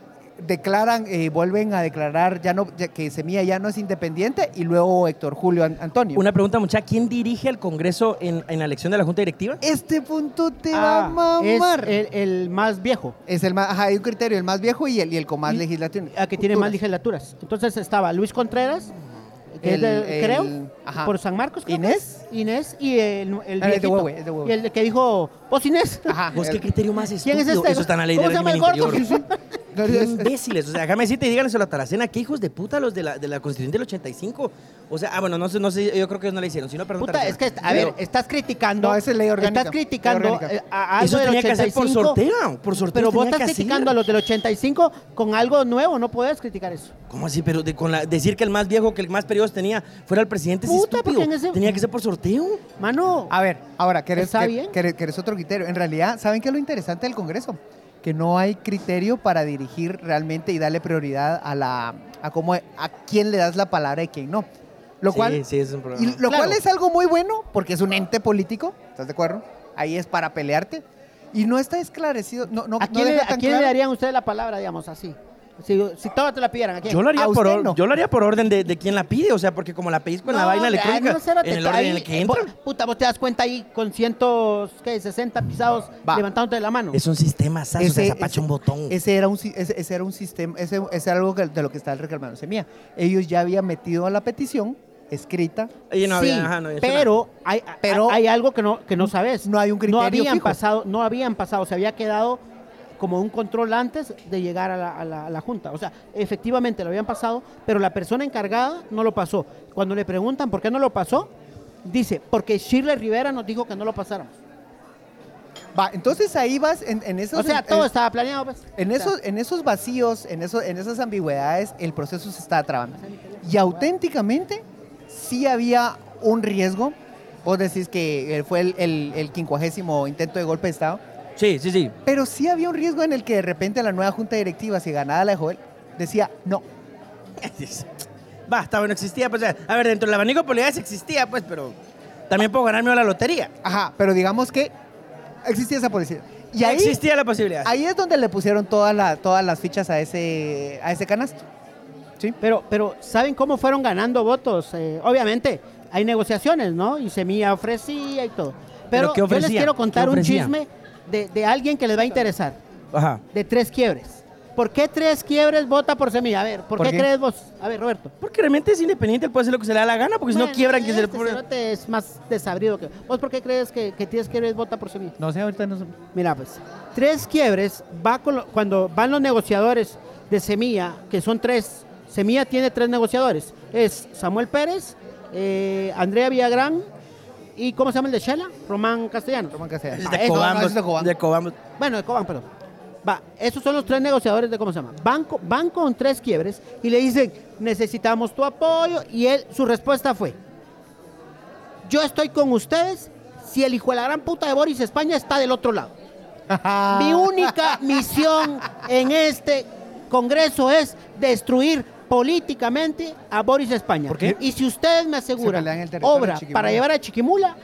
[SPEAKER 1] declaran, eh, vuelven a declarar ya no, ya que Semilla ya no es independiente y luego Héctor Julio An- Antonio.
[SPEAKER 2] Una pregunta, muchacha. ¿Quién dirige el Congreso en, en la elección de la Junta Directiva?
[SPEAKER 1] Este punto te va a
[SPEAKER 3] Ah, es
[SPEAKER 1] mamar. Es el,
[SPEAKER 3] el, el más viejo.
[SPEAKER 1] más, ajá, hay un criterio, el más viejo y el, y el con más
[SPEAKER 3] Y-
[SPEAKER 1] legislación.
[SPEAKER 3] a Ah, que tiene más
[SPEAKER 1] Culturas.
[SPEAKER 3] legislaturas. Entonces estaba Luis Contreras, que
[SPEAKER 1] El-
[SPEAKER 3] es de-
[SPEAKER 1] el-
[SPEAKER 3] creo,
[SPEAKER 1] ajá.
[SPEAKER 3] por San Marcos. creo que
[SPEAKER 1] Inés.
[SPEAKER 3] es. Inés y el, el
[SPEAKER 1] Ah, es de
[SPEAKER 3] viejito.
[SPEAKER 1] Huehue, es de Huehue.
[SPEAKER 3] Y el que dijo, vos Inés.
[SPEAKER 1] Ajá.
[SPEAKER 2] ¿Vos qué
[SPEAKER 1] el-
[SPEAKER 2] criterio más
[SPEAKER 3] (laughs) ¿Quién
[SPEAKER 2] estúpido?
[SPEAKER 3] es este?
[SPEAKER 2] Eso está en la ley
[SPEAKER 3] ¿Cómo
[SPEAKER 2] de
[SPEAKER 3] se llama
[SPEAKER 2] régimen
[SPEAKER 3] (laughs) el gordo?
[SPEAKER 2] interior.
[SPEAKER 1] No,
[SPEAKER 2] Qué
[SPEAKER 1] es-
[SPEAKER 2] imbéciles. O sea, déjame decirte y díganles a la Taracena, qué hijos de puta los de la, de la Constitución del 85. O sea, ah, bueno, no sé, no sé, yo creo que ellos no la hicieron, sino perdón.
[SPEAKER 3] Puta,
[SPEAKER 2] Taracena.
[SPEAKER 3] es que, a
[SPEAKER 2] Pero-
[SPEAKER 3] ver, estás criticando.
[SPEAKER 1] No, esa es ley orgánica,
[SPEAKER 3] Estás criticando
[SPEAKER 1] ley orgánica.
[SPEAKER 3] eh, a a algo
[SPEAKER 2] Eso
[SPEAKER 3] del
[SPEAKER 2] tenía que hacer
[SPEAKER 3] 85.
[SPEAKER 2] por sorteo, por sorteo
[SPEAKER 3] Pero vos
[SPEAKER 2] tenía
[SPEAKER 3] estás
[SPEAKER 2] que hacer.
[SPEAKER 3] criticando a los del 85 con algo nuevo. No puedes criticar eso.
[SPEAKER 2] ¿Cómo así? Pero de- con la- decir que el más viejo, que el más periodos tenía, fuera el presidente, es
[SPEAKER 3] Puta,
[SPEAKER 2] estúpido.
[SPEAKER 3] porque en ese-
[SPEAKER 2] Tenía que ser por sorteo.
[SPEAKER 3] Mano,
[SPEAKER 1] A ver, ahora, ¿querés,
[SPEAKER 3] ¿Está
[SPEAKER 1] que-
[SPEAKER 3] bien?
[SPEAKER 1] querés- querés otro criterio? En realidad, ¿saben qué es lo interesante del Congreso? Que no hay criterio para dirigir realmente y darle prioridad a la a cómo a quién le das la palabra y quién no. Lo cual
[SPEAKER 2] Sí, sí, es un problema.
[SPEAKER 1] y lo
[SPEAKER 3] Claro.
[SPEAKER 1] cual es algo muy bueno porque es un ente político, ¿estás de acuerdo? Ahí es para pelearte y no está esclarecido, no no
[SPEAKER 3] ¿a
[SPEAKER 1] no
[SPEAKER 3] quién, le,
[SPEAKER 1] deja
[SPEAKER 3] a
[SPEAKER 1] tan
[SPEAKER 3] quién le
[SPEAKER 1] claro.
[SPEAKER 3] darían ustedes la palabra, digamos, así? Si, si todos te la pidieran, ¿a quién?
[SPEAKER 2] Yo lo, haría
[SPEAKER 1] a
[SPEAKER 2] por,
[SPEAKER 1] usted
[SPEAKER 2] or-
[SPEAKER 1] no.
[SPEAKER 2] yo lo haría por orden de, de quien la pide, o sea, porque como la pedís con la
[SPEAKER 3] No,
[SPEAKER 2] vaina
[SPEAKER 3] ah,
[SPEAKER 2] electrónica,
[SPEAKER 3] no, cérate,
[SPEAKER 2] en el
[SPEAKER 3] está
[SPEAKER 2] orden en
[SPEAKER 3] ahí,
[SPEAKER 2] el que
[SPEAKER 3] eh, vos-
[SPEAKER 2] entra.
[SPEAKER 3] Puta, vos te das cuenta ahí con cientos, ¿qué? 60 pisados
[SPEAKER 1] Va.
[SPEAKER 3] levantándote la mano.
[SPEAKER 2] Es un sistema, sas, o sea,
[SPEAKER 1] Ese-
[SPEAKER 2] se apacha
[SPEAKER 1] ese-
[SPEAKER 2] un botón.
[SPEAKER 3] Mm.
[SPEAKER 1] Ese era un, si- ese, ese era un sistema, ese, ese era algo que- de lo que estaba reclamando Semilla. Ellos ya habían metido a la petición escrita
[SPEAKER 2] Y no
[SPEAKER 3] sí,
[SPEAKER 2] había- ajá, no había hecho nada.
[SPEAKER 3] pero, hay,
[SPEAKER 1] Pero-
[SPEAKER 3] hay algo que no, que no sabes.
[SPEAKER 1] no hay un criterio
[SPEAKER 3] No habían
[SPEAKER 1] fijo.
[SPEAKER 3] pasado, no habían pasado, se había quedado como un control antes de llegar a la, a la- a la junta. O sea, efectivamente lo habían pasado, pero la persona encargada no lo pasó. Cuando le preguntan por qué no lo pasó, dice, porque Shirley Rivera nos dijo que no lo pasáramos.
[SPEAKER 1] Va, entonces ahí vas en, en esos
[SPEAKER 3] O sea, todo estaba planeado, pues.
[SPEAKER 1] en
[SPEAKER 3] O sea,
[SPEAKER 1] esos, en esos vacíos, en, eso, en esas ambigüedades, el proceso se está trabando. Y auténticamente sí había un riesgo. Vos decís que eh, fue el, el, el quincuagésimo intento de golpe de Estado,
[SPEAKER 2] Sí, sí, (laughs) sí.
[SPEAKER 1] pero sí había un riesgo en el que de repente la nueva junta directiva, si ganada la de Joel, decía no.
[SPEAKER 2] Basta, bueno, existía, pues, o sea, a ver, dentro del abanico de posibilidades existía, pues, pero también puedo ganarme la lotería.
[SPEAKER 1] Ajá, pero digamos que existía esa policía. Y ahí,
[SPEAKER 2] existía la posibilidad.
[SPEAKER 1] ahí es donde le pusieron todas la- todas las fichas a ese, a ese canasto. ¿Sí?
[SPEAKER 3] Pero, pero ¿saben cómo fueron ganando votos? Eh, obviamente, hay negociaciones, ¿no? Y Semilla ofrecía y todo.
[SPEAKER 2] ¿Pero
[SPEAKER 3] Pero,
[SPEAKER 2] qué
[SPEAKER 3] yo les
[SPEAKER 2] ofrecía?
[SPEAKER 3] quiero contar
[SPEAKER 2] ¿Qué
[SPEAKER 3] un
[SPEAKER 2] ofrecía?
[SPEAKER 3] chisme de, de alguien que les va a interesar,
[SPEAKER 2] Ajá.
[SPEAKER 3] de tres quiebres. ¿Por qué tres quiebres vota por Semilla? A ver, ¿por,
[SPEAKER 2] ¿Por
[SPEAKER 3] qué,
[SPEAKER 2] qué?
[SPEAKER 3] crees vos? A ver, Roberto.
[SPEAKER 2] Porque realmente es independiente, él puede hacer lo que se le da la gana, porque si Pues no
[SPEAKER 3] Bueno,
[SPEAKER 2] quiebran, que se le
[SPEAKER 3] este
[SPEAKER 2] pone-
[SPEAKER 3] cerote es más desabrido que... ¿Vos por qué crees que, que tres quiebres vota por Semilla?
[SPEAKER 1] No sé, ahorita no
[SPEAKER 3] Mira, pues, tres quiebres va con lo- cuando van los negociadores de Semilla, que son tres. Semilla tiene tres negociadores. Es Samuel Pérez, eh, Andrea Villagrán y ¿cómo se llama el de Shela? Román Castellanos.
[SPEAKER 1] Román Castellanos.
[SPEAKER 2] Es
[SPEAKER 1] Ah,
[SPEAKER 2] de
[SPEAKER 1] eso, no,
[SPEAKER 2] Cobambos,
[SPEAKER 1] eso es de Cobambos.
[SPEAKER 2] de Cobambos.
[SPEAKER 3] Bueno, de Cobán, perdón. Va, esos son los tres negociadores de cómo se llama. Van, co- van con tres quiebres y le dicen, necesitamos tu apoyo. Y él, su respuesta fue, yo estoy con ustedes si el hijo de la gran puta de Boris España está del otro lado.
[SPEAKER 1] Ah.
[SPEAKER 3] Mi única misión en este Congreso es destruir políticamente a Boris España.
[SPEAKER 2] ¿Por qué?
[SPEAKER 3] Y si ustedes me aseguran
[SPEAKER 1] pelean el territorio
[SPEAKER 3] obra
[SPEAKER 1] de Chiquimula.
[SPEAKER 3] para llevar a Chiquimula,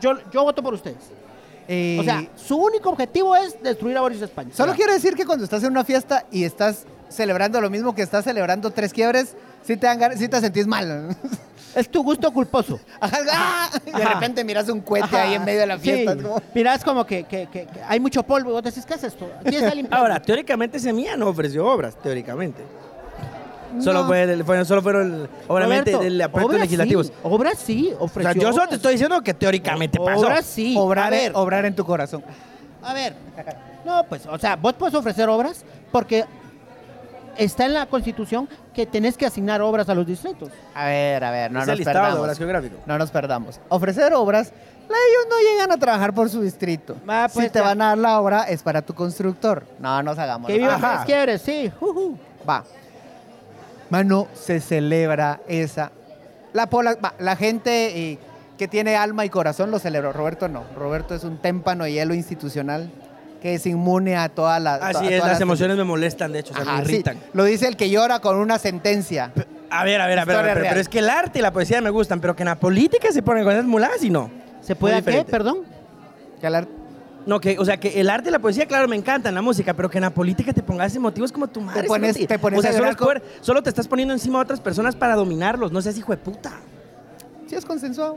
[SPEAKER 3] yo, yo voto por ustedes.
[SPEAKER 1] (laughs) Eh,
[SPEAKER 3] O sea, su único objetivo es destruir a Boris España.
[SPEAKER 1] Solo
[SPEAKER 3] Claro.
[SPEAKER 1] quiero decir que cuando estás en una fiesta y estás celebrando lo mismo que estás celebrando tres quiebres, sí te, dan ganas- sí te sentís mal. (laughs)
[SPEAKER 3] Es tu gusto culposo.
[SPEAKER 1] Ajá, ¡ah! Y de
[SPEAKER 3] Ajá.
[SPEAKER 1] repente miras un cohete ahí en medio de la
[SPEAKER 3] Sí.
[SPEAKER 1] fiesta. es como-
[SPEAKER 3] Mirás como que, que- que- que hay mucho polvo y vos decís, ¿qué es esto?
[SPEAKER 1] (laughs)
[SPEAKER 3] Aquí está limpiando.
[SPEAKER 2] Ahora, teóricamente Semilla no ofreció obras, teóricamente. Solo,
[SPEAKER 1] No.
[SPEAKER 2] fue, fue- solo fueron, obviamente,
[SPEAKER 3] Roberto,
[SPEAKER 2] el aspecto
[SPEAKER 3] obras
[SPEAKER 2] legislativo.
[SPEAKER 3] Sí, obras sí,
[SPEAKER 2] O
[SPEAKER 3] ofreció.
[SPEAKER 2] sea, yo solo
[SPEAKER 3] obras.
[SPEAKER 2] te estoy diciendo que teóricamente pasó.
[SPEAKER 3] Obras sí.
[SPEAKER 1] obrar,
[SPEAKER 3] a ver,
[SPEAKER 1] obrar en tu corazón.
[SPEAKER 3] a ver. No, pues, o sea, vos puedes ofrecer obras porque está en la Constitución que tenés que asignar obras a los distritos.
[SPEAKER 1] A ver, a ver, no
[SPEAKER 2] Es el
[SPEAKER 1] nos
[SPEAKER 2] listado de
[SPEAKER 1] perdamos.
[SPEAKER 2] obras geográficas.
[SPEAKER 1] No nos perdamos. Ofrecer obras, la- ellos no llegan a trabajar por su distrito.
[SPEAKER 3] Ah, pues,
[SPEAKER 1] si te
[SPEAKER 3] ya.
[SPEAKER 1] van a dar la obra, es para tu constructor. No, nos hagamos. Ah,
[SPEAKER 3] Que viva
[SPEAKER 2] Ajá.
[SPEAKER 3] las quiebres, sí. jujú.
[SPEAKER 1] Va. Mano, se celebra esa. La, pola- va, la gente eh, que tiene alma y corazón lo celebró. Roberto no. Roberto es un témpano de hielo institucional que es inmune a todas las. to- a
[SPEAKER 2] Así
[SPEAKER 1] todas
[SPEAKER 2] es, las emociones me molestan, de hecho, o sea,
[SPEAKER 1] Ajá,
[SPEAKER 2] me
[SPEAKER 1] sí.
[SPEAKER 2] irritan.
[SPEAKER 1] Lo dice el que llora con una sentencia.
[SPEAKER 2] A ver, a ver, a ver, a ver,
[SPEAKER 1] Historia
[SPEAKER 2] pero,
[SPEAKER 1] real.
[SPEAKER 2] pero es que el arte y la poesía me gustan, pero que en la política se ponen con esas muladas y no.
[SPEAKER 3] ¿Se puede
[SPEAKER 2] Muy
[SPEAKER 3] a qué?
[SPEAKER 2] diferente.
[SPEAKER 3] Perdón.
[SPEAKER 1] Que la-
[SPEAKER 2] No, que, o sea, que el arte y la poesía, claro, me encantan, la música, pero que en la política te pongas emotivos como tu madre.
[SPEAKER 1] pones-
[SPEAKER 2] cerote.
[SPEAKER 1] te pones
[SPEAKER 2] o sea,
[SPEAKER 1] a
[SPEAKER 2] solo,
[SPEAKER 1] llorar
[SPEAKER 2] es
[SPEAKER 1] con-
[SPEAKER 2] poder- solo te estás poniendo encima de otras personas para dominarlos, no seas hijo de puta.
[SPEAKER 1] Sí, es consensuado.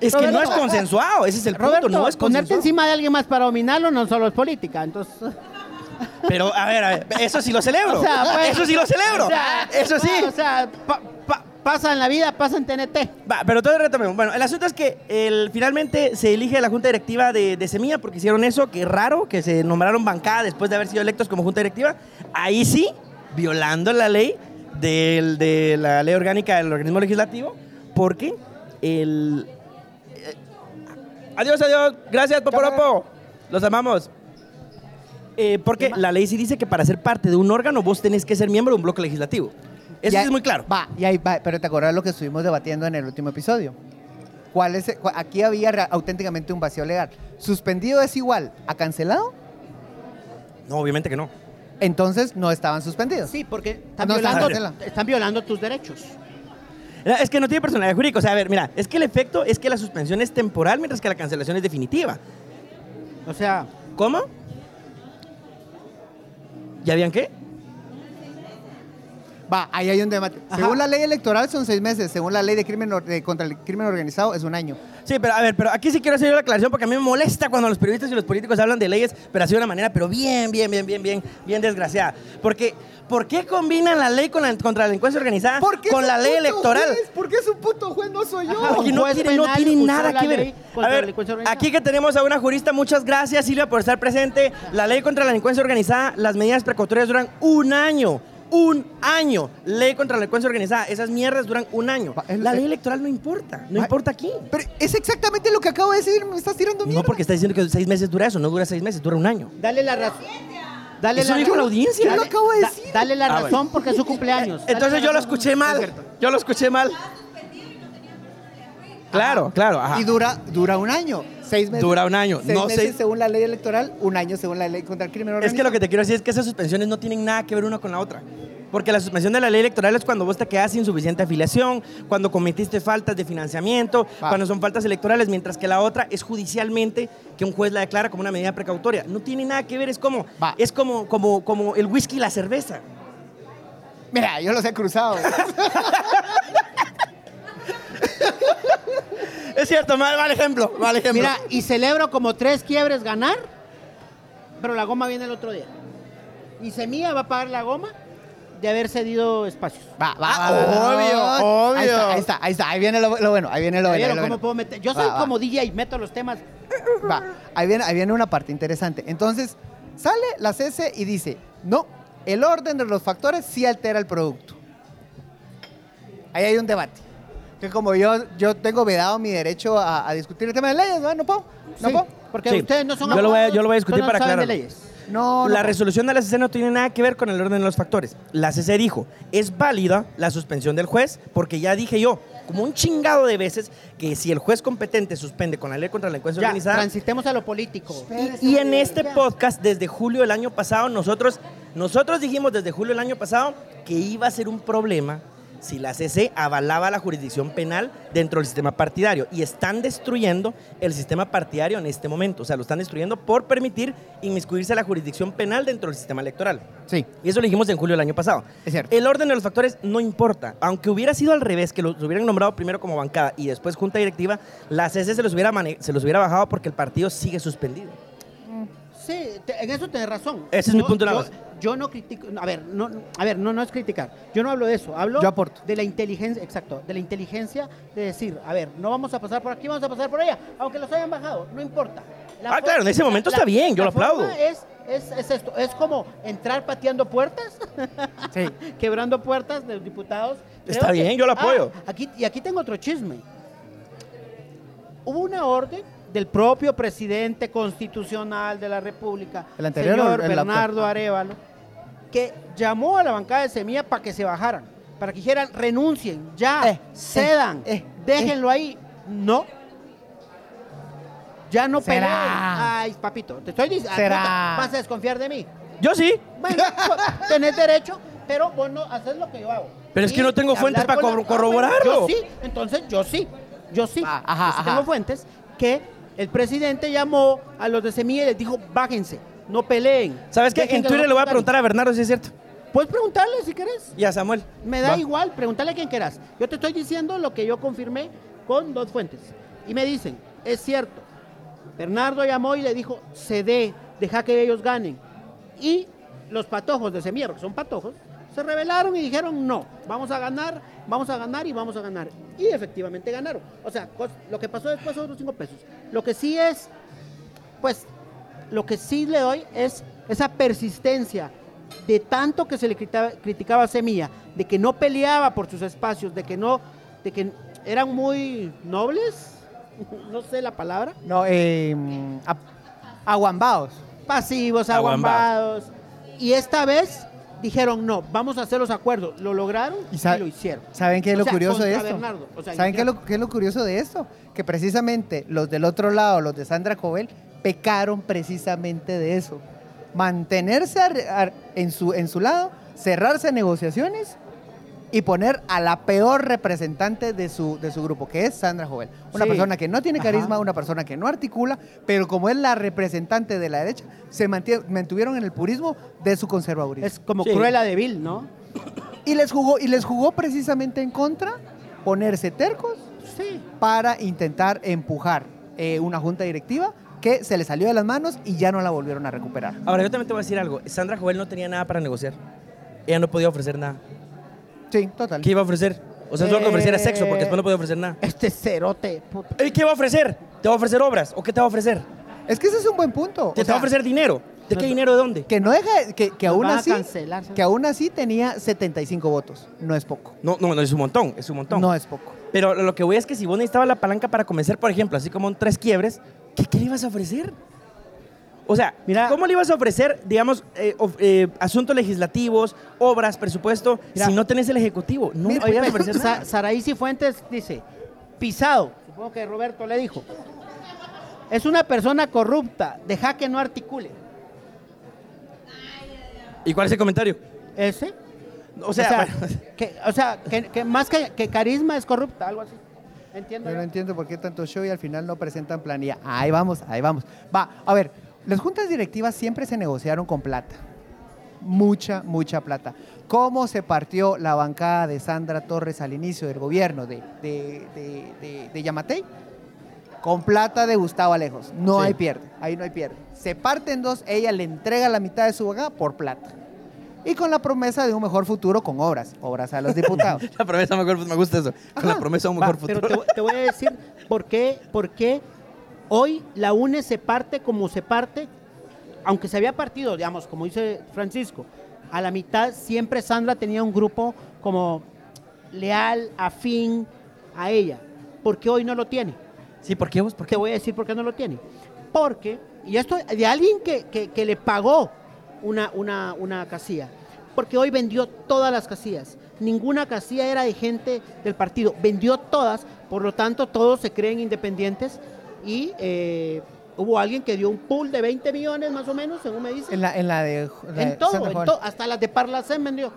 [SPEAKER 2] Es que no es
[SPEAKER 3] Roberto.
[SPEAKER 2] consensuado, ese es el punto,
[SPEAKER 3] Roberto,
[SPEAKER 2] no es
[SPEAKER 3] ponerte
[SPEAKER 2] consensuado.
[SPEAKER 3] encima de alguien más para dominarlo no solo es política, entonces... (laughs)
[SPEAKER 2] Pero, a ver, a ver, Ah, eso sí lo celebro.
[SPEAKER 3] O sea, pues-
[SPEAKER 2] eso sí lo celebro.
[SPEAKER 3] o sea,
[SPEAKER 2] eso sí.
[SPEAKER 3] O sea, pa- pa- Pasa en la vida, pasa en TNT.
[SPEAKER 2] Va, pero todo retomemos. Bueno, el asunto es que el- finalmente se elige la junta directiva de, de Semilla porque hicieron eso, que raro, que se nombraron bancada después de haber sido electos como junta directiva. Ahí sí, violando la ley del- de la ley orgánica del organismo legislativo, porque el... eh, adiós, adiós, gracias, Poporopo. Los amamos. Eh, porque la ley sí dice que para ser parte de un órgano vos tenés que ser miembro de un bloque legislativo. Eso
[SPEAKER 1] Ya-
[SPEAKER 2] sí es muy claro.
[SPEAKER 1] Va, y ahí va, pero te acuerdas lo que estuvimos debatiendo en el último episodio. ¿Cuál es, cu- aquí había ra- auténticamente un vacío legal. ¿Suspendido es igual a cancelado?
[SPEAKER 2] No, obviamente que no.
[SPEAKER 1] Entonces no estaban suspendidos.
[SPEAKER 3] Sí, porque están,
[SPEAKER 1] No, está
[SPEAKER 3] violando,
[SPEAKER 1] cancela.
[SPEAKER 3] están violando tus derechos.
[SPEAKER 2] La- Es que no tiene personalidad jurídica. O sea, a ver, mira, es que el efecto es que la suspensión es temporal mientras que la cancelación es definitiva.
[SPEAKER 3] O sea,
[SPEAKER 2] ¿Cómo? ¿Ya habían qué?
[SPEAKER 1] Va, ahí hay un debate.
[SPEAKER 3] Ajá.
[SPEAKER 1] Según la ley electoral son seis meses, según la ley de crimen or- de- contra el crimen organizado es un año.
[SPEAKER 2] Sí, pero a ver, pero aquí sí quiero hacer yo la aclaración porque a mí me molesta cuando los periodistas y los políticos hablan de leyes, pero así de una manera, pero bien, bien, bien, bien, bien, bien desgraciada. Porque, ¿por qué combinan la ley con la, contra la delincuencia organizada
[SPEAKER 1] ¿Por qué
[SPEAKER 2] Ah, con
[SPEAKER 1] es
[SPEAKER 2] la
[SPEAKER 1] un
[SPEAKER 2] ley
[SPEAKER 1] puto
[SPEAKER 2] electoral?
[SPEAKER 1] juez? ¿Por qué es un puto juez? No soy yo.
[SPEAKER 3] Ajá,
[SPEAKER 2] Porque
[SPEAKER 3] Un
[SPEAKER 2] no
[SPEAKER 3] juez
[SPEAKER 2] tiene, no
[SPEAKER 3] penal
[SPEAKER 2] tiene
[SPEAKER 3] usó
[SPEAKER 2] nada
[SPEAKER 3] la
[SPEAKER 2] que ver.
[SPEAKER 3] ley
[SPEAKER 2] A
[SPEAKER 3] contra la
[SPEAKER 2] ver,
[SPEAKER 3] delincuencia organizada.
[SPEAKER 2] aquí que tenemos a una jurista, muchas gracias Silvia por estar presente. La ley contra la delincuencia organizada, las medidas precautorias duran un año. Un año. Ley contra la delincuencia organizada. Esas mierdas duran un año.
[SPEAKER 1] Va, el-
[SPEAKER 2] La
[SPEAKER 1] el-
[SPEAKER 2] ley electoral no importa. No
[SPEAKER 1] Va-
[SPEAKER 2] importa aquí.
[SPEAKER 1] Pero es exactamente lo que acabo de decir, me estás tirando miedo.
[SPEAKER 2] No porque está diciendo que seis meses dura eso. No dura seis meses, dura un año.
[SPEAKER 3] dale la razón. Dale
[SPEAKER 2] Eso dijo la audiencia.
[SPEAKER 3] dale-
[SPEAKER 2] Yo lo
[SPEAKER 1] acabo de
[SPEAKER 3] da-
[SPEAKER 1] decir.
[SPEAKER 3] Dale la
[SPEAKER 2] Ah,
[SPEAKER 3] razón
[SPEAKER 2] bueno.
[SPEAKER 3] porque es su cumpleaños.
[SPEAKER 2] (laughs)
[SPEAKER 3] Dale
[SPEAKER 2] Entonces
[SPEAKER 3] la
[SPEAKER 2] yo lo
[SPEAKER 3] razón.
[SPEAKER 2] escuché mal. Yo lo escuché mal. Claro, claro. ajá.
[SPEAKER 1] Y dura, dura un año. Seis meses.
[SPEAKER 2] Dura un año,
[SPEAKER 1] Seis
[SPEAKER 2] no
[SPEAKER 1] meses
[SPEAKER 2] seis-
[SPEAKER 1] según la ley electoral, un año según la ley contra el crimen
[SPEAKER 2] Es
[SPEAKER 1] organizado.
[SPEAKER 2] que lo que te quiero decir es que esas suspensiones no tienen nada que ver una con la otra. Porque la suspensión de la ley electoral es cuando vos te quedas sin suficiente afiliación, cuando cometiste faltas de financiamiento,
[SPEAKER 1] Va.
[SPEAKER 2] cuando son faltas electorales, mientras que la otra es judicialmente que un juez la declara como una medida precautoria. No tiene nada que ver, es como,
[SPEAKER 1] Va.
[SPEAKER 2] es como, como, como el whisky y la cerveza.
[SPEAKER 1] Mira, yo los he cruzado.
[SPEAKER 2] (laughs) Es cierto, mal, mal ejemplo, mal ejemplo.
[SPEAKER 3] Mira, y celebro como tres quiebres ganar, pero la goma viene el otro día. Y Semilla va a pagar la goma de haber cedido espacios.
[SPEAKER 1] Va, va,
[SPEAKER 2] Ah,
[SPEAKER 1] va, va,
[SPEAKER 2] obvio,
[SPEAKER 1] va. Ahí
[SPEAKER 2] obvio.
[SPEAKER 1] está, ahí está, ahí está. Ahí viene lo, lo bueno, ahí viene lo
[SPEAKER 3] Ya
[SPEAKER 1] bueno.
[SPEAKER 3] vieron
[SPEAKER 1] ahí
[SPEAKER 3] cómo
[SPEAKER 1] lo
[SPEAKER 3] puedo
[SPEAKER 1] bueno.
[SPEAKER 3] meter. Yo
[SPEAKER 1] Va,
[SPEAKER 3] soy
[SPEAKER 1] va.
[SPEAKER 3] como DJ y meto los temas.
[SPEAKER 1] Va, ahí viene, ahí viene una parte interesante. Entonces, sale la CC y dice, no, el orden de los factores sí altera el producto. Ahí hay un debate. Que como yo, yo tengo vedado mi derecho a, a discutir el tema de leyes, ¿no? No puedo, no
[SPEAKER 3] Sí,
[SPEAKER 1] puedo.
[SPEAKER 3] Porque
[SPEAKER 2] Sí.
[SPEAKER 3] ustedes no son
[SPEAKER 2] Yo lo voy a- yo lo voy a
[SPEAKER 3] abogados,
[SPEAKER 2] discutir
[SPEAKER 3] ustedes no
[SPEAKER 2] para
[SPEAKER 3] saben de
[SPEAKER 2] aclararlo.
[SPEAKER 3] leyes.
[SPEAKER 1] No, no
[SPEAKER 2] la
[SPEAKER 1] puedo.
[SPEAKER 2] resolución de la CC no tiene nada que ver con el orden de los factores. La CC dijo, es válida la suspensión del juez porque ya dije yo, como un chingado de veces, que si el juez competente suspende con la ley contra la delincuencia
[SPEAKER 3] Ya,
[SPEAKER 2] organizada...
[SPEAKER 3] transitemos a lo político.
[SPEAKER 1] Espérese,
[SPEAKER 2] Y en
[SPEAKER 1] hombre,
[SPEAKER 2] este
[SPEAKER 1] ya.
[SPEAKER 2] podcast, desde julio del año pasado, nosotros, nosotros dijimos desde julio del año pasado que iba a ser un problema si la CC avalaba la jurisdicción penal dentro del sistema partidario. Y están destruyendo el sistema partidario en este momento. O sea, lo están destruyendo por permitir inmiscuirse a la jurisdicción penal dentro del sistema electoral.
[SPEAKER 1] Sí,
[SPEAKER 2] Y eso lo dijimos en julio del año pasado.
[SPEAKER 1] Es cierto.
[SPEAKER 2] El orden de los factores no importa. Aunque hubiera sido al revés, que los hubieran nombrado primero como bancada y después junta directiva, la CC se los hubiera, mane- se los hubiera bajado porque el partido sigue suspendido.
[SPEAKER 3] Sí, te- en eso tenés razón.
[SPEAKER 2] Ese es mi
[SPEAKER 3] Yo-
[SPEAKER 2] punto de
[SPEAKER 3] yo,
[SPEAKER 2] vista.
[SPEAKER 3] yo no critico, a ver, no, a ver, no, no es criticar. Yo no hablo de eso, hablo
[SPEAKER 1] Yo aporto.
[SPEAKER 3] de la inteligencia, exacto, de la inteligencia de decir, a ver, no vamos a pasar por aquí, vamos a pasar por allá, aunque los hayan bajado, no importa.
[SPEAKER 2] Ah,
[SPEAKER 3] for-
[SPEAKER 2] claro, en ese momento está bien, yo
[SPEAKER 3] la
[SPEAKER 2] lo aplaudo.
[SPEAKER 3] forma Es, es, es esto, es como entrar pateando puertas,
[SPEAKER 1] sí.
[SPEAKER 3] (laughs) quebrando puertas de los diputados.
[SPEAKER 2] Está bien, yo lo apoyo.
[SPEAKER 3] Ah, aquí, y aquí tengo otro chisme. Hubo una orden del propio presidente constitucional de la República,
[SPEAKER 1] ¿El anterior o
[SPEAKER 3] señor
[SPEAKER 1] el actual?
[SPEAKER 3] Bernardo Arevalo, que llamó a la bancada de Semilla para que se bajaran, para que dijeran renuncien, ya,
[SPEAKER 1] Eh,
[SPEAKER 3] cedan,
[SPEAKER 1] eh, eh,
[SPEAKER 3] déjenlo ahí. No. Ya no
[SPEAKER 1] Será.
[SPEAKER 3] peleen. Ay, papito, te estoy diciendo,
[SPEAKER 1] Será.
[SPEAKER 3] vas a desconfiar de mí.
[SPEAKER 2] Yo sí.
[SPEAKER 3] Bueno, pues, tenés derecho, pero vos no haces lo que yo hago.
[SPEAKER 2] Pero es que
[SPEAKER 3] Y
[SPEAKER 2] no tengo
[SPEAKER 3] hablar
[SPEAKER 2] fuentes para
[SPEAKER 3] con la- Ah,
[SPEAKER 2] corro- corroborarlo.
[SPEAKER 3] Yo sí, entonces yo sí, yo sí.
[SPEAKER 1] Ah, ajá,
[SPEAKER 3] Yo sí
[SPEAKER 1] ajá.
[SPEAKER 3] tengo fuentes que el presidente llamó a los de Semilla y les dijo, bájense, no peleen.
[SPEAKER 2] ¿Sabes qué?
[SPEAKER 3] Dejen
[SPEAKER 2] En
[SPEAKER 3] que
[SPEAKER 2] Twitter
[SPEAKER 3] los
[SPEAKER 2] le voy a
[SPEAKER 3] votaran".
[SPEAKER 2] preguntar a Bernardo si es cierto.
[SPEAKER 3] Puedes preguntarle si querés.
[SPEAKER 2] Y a Samuel.
[SPEAKER 3] Me da
[SPEAKER 2] Va.
[SPEAKER 3] igual, pregúntale a quien quieras. Yo te estoy diciendo lo que yo confirmé con dos fuentes. Y me dicen, es cierto, Bernardo llamó y le dijo, cede, deja que ellos ganen. Y los patojos de Semilla, porque son patojos, Se rebelaron y dijeron, no, vamos a ganar, vamos a ganar y vamos a ganar. Y efectivamente ganaron. O sea, cos- lo que pasó después son otros cinco pesos. Lo que sí es, pues, lo que sí le doy es esa persistencia de tanto que se le crita- criticaba a Semilla, de que no peleaba por sus espacios, de que no, de que eran muy nobles, (laughs) no sé la palabra,
[SPEAKER 1] No, eh, a- aguambados.
[SPEAKER 3] pasivos,
[SPEAKER 2] Aguambados.
[SPEAKER 3] aguambados. Y esta vez dijeron, no, vamos a hacer los acuerdos. Lo lograron
[SPEAKER 1] Y
[SPEAKER 3] y,
[SPEAKER 1] sabe-
[SPEAKER 3] lo hicieron.
[SPEAKER 1] ¿Saben qué es
[SPEAKER 3] O
[SPEAKER 1] lo
[SPEAKER 3] sea,
[SPEAKER 1] curioso de
[SPEAKER 3] contra
[SPEAKER 1] esto?
[SPEAKER 3] Bernardo, o sea,
[SPEAKER 1] ¿Saben qué es,
[SPEAKER 3] yo-
[SPEAKER 1] lo, qué es lo curioso de esto? Que precisamente los del otro lado, los de Sandra Cobel, pecaron precisamente de eso. Mantenerse ar- ar- en, su, en su lado, cerrarse a negociaciones y poner a la peor representante de su, de su grupo, que es Sandra Jovel. Una
[SPEAKER 3] Sí.
[SPEAKER 1] persona que no tiene carisma,
[SPEAKER 3] Ajá.
[SPEAKER 1] una persona que no articula, pero como es la representante de la derecha, se mantie- mantuvieron en el purismo de su conservadurismo.
[SPEAKER 3] Es como
[SPEAKER 2] Sí.
[SPEAKER 3] Cruella de Vil, ¿no?
[SPEAKER 1] Y les jugó, y les jugó precisamente en contra ponerse tercos
[SPEAKER 3] Sí.
[SPEAKER 1] para intentar empujar eh, una junta directiva que se le salió de las manos y ya no la volvieron a recuperar.
[SPEAKER 2] Ahora, yo también te voy a decir algo. Sandra Jovel no tenía nada para negociar. Ella no podía ofrecer nada.
[SPEAKER 1] Sí, total.
[SPEAKER 2] ¿Qué iba a ofrecer? O sea, solo que ofreciera
[SPEAKER 3] Eh.
[SPEAKER 2] sexo, porque después no podía ofrecer nada.
[SPEAKER 3] Este cerote, puta.
[SPEAKER 2] ¿Y qué va a ofrecer? ¿Te va a ofrecer obras? ¿O qué te va a ofrecer?
[SPEAKER 1] Es que ese es un buen punto.
[SPEAKER 2] ¿Te,
[SPEAKER 1] O
[SPEAKER 2] te va a
[SPEAKER 1] sea,
[SPEAKER 2] ofrecer dinero? ¿De qué dinero? ¿De dónde?
[SPEAKER 1] que no deja, de- que, que aún
[SPEAKER 3] van a
[SPEAKER 1] así,
[SPEAKER 3] cancelar.
[SPEAKER 1] que aún así tenía 75 votos. No es poco.
[SPEAKER 2] No, no, no, es un montón, es un montón.
[SPEAKER 1] No es poco.
[SPEAKER 2] Pero lo que voy es que si vos necesitabas la palanca para convencer, por ejemplo, así como un tres quiebres, ¿qué, qué le ibas a ofrecer? O sea,
[SPEAKER 3] Mira-
[SPEAKER 2] ¿cómo le ibas a ofrecer, digamos, eh, of- eh, asuntos legislativos, obras, presupuesto,
[SPEAKER 3] Mira-
[SPEAKER 2] si no tenés el Ejecutivo? No
[SPEAKER 1] Mira,
[SPEAKER 2] le ibas a
[SPEAKER 3] Oye,
[SPEAKER 2] ofrecer
[SPEAKER 3] Sa-
[SPEAKER 2] pues, nada.
[SPEAKER 3] Saraísi Fuentes dice, pisado, supongo que Roberto le dijo, es una persona corrupta, deja que no articule.
[SPEAKER 2] ¿Y cuál es el comentario? (laughs)
[SPEAKER 3] ¿Ese?
[SPEAKER 2] O sea, bueno,
[SPEAKER 3] que, o sea que, que más que, que carisma es corrupta, algo así. Entiendo.
[SPEAKER 1] Yo no entiendo por qué tanto show y al final no presentan planilla. Ahí vamos, ahí vamos. Va, a ver, las juntas directivas siempre se negociaron con plata. Mucha, mucha plata. ¿Cómo se partió la bancada de Sandra Torres al inicio del gobierno de, de, de- de- de Yamatei? Con plata de Gustavo Alejos. No
[SPEAKER 2] Sí.
[SPEAKER 1] hay pierde, ahí no hay pierde. Se parte en dos, ella le entrega la mitad de su bancada por plata. Y con la promesa de un mejor futuro con obras, obras a los diputados.
[SPEAKER 2] la promesa me acuerdo, me gusta eso. Con la
[SPEAKER 1] Ajá.
[SPEAKER 2] promesa de un
[SPEAKER 3] Va,
[SPEAKER 2] mejor
[SPEAKER 3] pero
[SPEAKER 2] futuro.
[SPEAKER 3] te, voy- te voy a decir por qué, por qué hoy la UNE se parte como se parte, aunque se había partido, digamos, como dice Francisco, a la mitad siempre Sandra tenía un grupo como leal, afín a ella, porque hoy no lo tiene.
[SPEAKER 2] Sí, ¿por qué vos? ¿Por
[SPEAKER 3] Te
[SPEAKER 2] qué?
[SPEAKER 3] voy a decir por qué no lo tiene. Porque, y esto de alguien que, que- que le pagó una, una, una casilla, porque hoy vendió todas las casillas. Ninguna casilla era de gente del partido. Vendió todas, por lo tanto todos se creen independientes. Y eh, hubo alguien que dio un pool de 20 millones más o menos, según me
[SPEAKER 1] (laughs)
[SPEAKER 3] dicen.
[SPEAKER 1] En la, en la de. en la
[SPEAKER 3] En
[SPEAKER 1] de
[SPEAKER 3] todo,
[SPEAKER 1] Sandra
[SPEAKER 3] en
[SPEAKER 1] Jovel.
[SPEAKER 3] todo, hasta las de Parlacén vendió.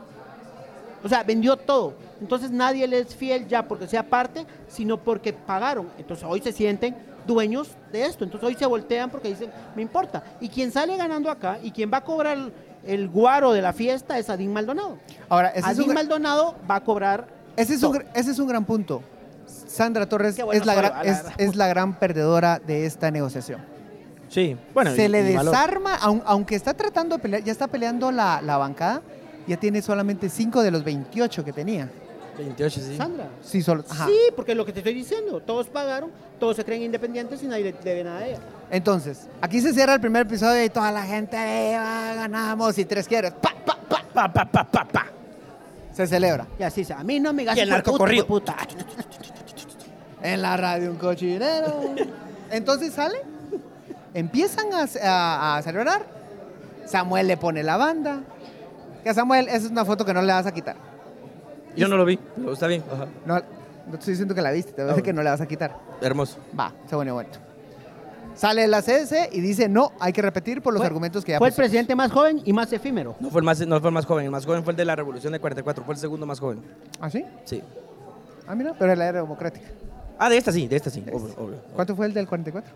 [SPEAKER 3] O sea, vendió todo. Entonces nadie le es fiel ya porque sea parte, sino porque pagaron. Entonces hoy se sienten dueños de esto. Entonces hoy se voltean porque dicen, me importa. Y quien sale ganando acá y quien va a cobrar el guaro de la fiesta es Adín Maldonado.
[SPEAKER 1] Ahora, ese es
[SPEAKER 3] Adín
[SPEAKER 1] un gra-
[SPEAKER 3] Maldonado va a cobrar.
[SPEAKER 1] Ese es, un,
[SPEAKER 3] todo.
[SPEAKER 1] gr- ese es un gran punto. Sandra Torres
[SPEAKER 3] Qué bueno
[SPEAKER 1] es, la
[SPEAKER 3] soy,
[SPEAKER 1] gran-
[SPEAKER 3] a la
[SPEAKER 1] es,
[SPEAKER 3] verdad.
[SPEAKER 1] es la gran perdedora de esta negociación.
[SPEAKER 2] Sí, bueno.
[SPEAKER 1] Se
[SPEAKER 2] y-
[SPEAKER 1] le
[SPEAKER 2] y valor.
[SPEAKER 1] desarma, aun- aunque está tratando de pelear, ya está peleando la, la bancada, ya tiene solamente 5 de los 28 que tenía.
[SPEAKER 2] 28, sí.
[SPEAKER 3] Sandra.
[SPEAKER 1] Sí, solo. ajá.
[SPEAKER 3] Sí, porque lo que te estoy diciendo, todos pagaron, todos se creen independientes y nadie le debe nada a ella.
[SPEAKER 1] Entonces, aquí se cierra el primer episodio y toda la gente viva, ganamos y tres quieres. ¡Pa, pa, pa!
[SPEAKER 2] Pa, pa, pa, pa, pa.
[SPEAKER 1] Se celebra.
[SPEAKER 3] Y así, a mí no me gastas
[SPEAKER 2] Y el
[SPEAKER 3] por
[SPEAKER 2] narco
[SPEAKER 3] puta,
[SPEAKER 2] corrido.
[SPEAKER 3] por puta.
[SPEAKER 1] En la radio un cochinero. Entonces sale, empiezan a, a- a celebrar. Samuel le pone la banda. Que a Samuel, esa es una foto que no le vas a quitar.
[SPEAKER 2] Yo no lo vi, pero está bien. Ajá.
[SPEAKER 1] No, no te estoy diciendo que la viste, te voy a
[SPEAKER 2] Ah,
[SPEAKER 1] decir
[SPEAKER 2] bueno.
[SPEAKER 1] que no le vas a quitar.
[SPEAKER 2] Hermoso.
[SPEAKER 1] Va, se pone bueno. Sale la CS y dice, no, hay que repetir por los
[SPEAKER 3] Fue-
[SPEAKER 1] argumentos que ya
[SPEAKER 3] Fue el
[SPEAKER 1] pusimos".
[SPEAKER 3] presidente más joven y más efímero.
[SPEAKER 2] No fue, el más, no fue el más joven, el más joven fue el de la Revolución de 44, fue el segundo más joven.
[SPEAKER 1] ¿Ah, sí?
[SPEAKER 2] Sí.
[SPEAKER 1] Ah, mira, pero la era democrática.
[SPEAKER 2] Ah, de esta sí, de esta sí, obvio, obvio.
[SPEAKER 1] ¿Cuánto fue el del 44?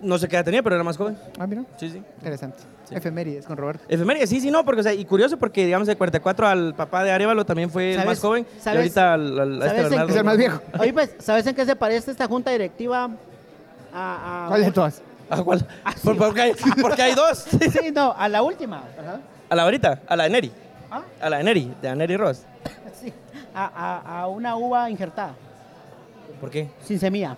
[SPEAKER 2] No sé qué edad tenía, pero era más joven.
[SPEAKER 1] Ah, mira,
[SPEAKER 2] Sí, sí.
[SPEAKER 1] interesante.
[SPEAKER 2] Sí.
[SPEAKER 1] Efemérides con Roberto.
[SPEAKER 2] Efeméride, sí, sí, no, porque, o sea, y curioso porque, digamos, de 44 al papá de Arevalo también fue el
[SPEAKER 3] ¿Sabes-
[SPEAKER 2] más joven. Y
[SPEAKER 3] sabes-
[SPEAKER 2] ahorita al, al- a este
[SPEAKER 3] ¿sabes en-
[SPEAKER 2] Bernardo.
[SPEAKER 1] Es el más viejo.
[SPEAKER 3] Oye, pues, ¿sabes en qué se parece esta junta directiva a... a-
[SPEAKER 1] ¿Cuál de todas?
[SPEAKER 2] Ah, ¿cuál?
[SPEAKER 3] Ah, sí. (laughs)
[SPEAKER 2] Por- porque, hay, porque hay dos.
[SPEAKER 3] Sí, no, a la última.
[SPEAKER 2] A la ahorita, a la de Neri.
[SPEAKER 3] ¿Ah?
[SPEAKER 2] A la de Neri, de Neri Ross.
[SPEAKER 3] Sí, a, a- a una uva injertada,
[SPEAKER 2] ¿Por qué?
[SPEAKER 3] sin semilla.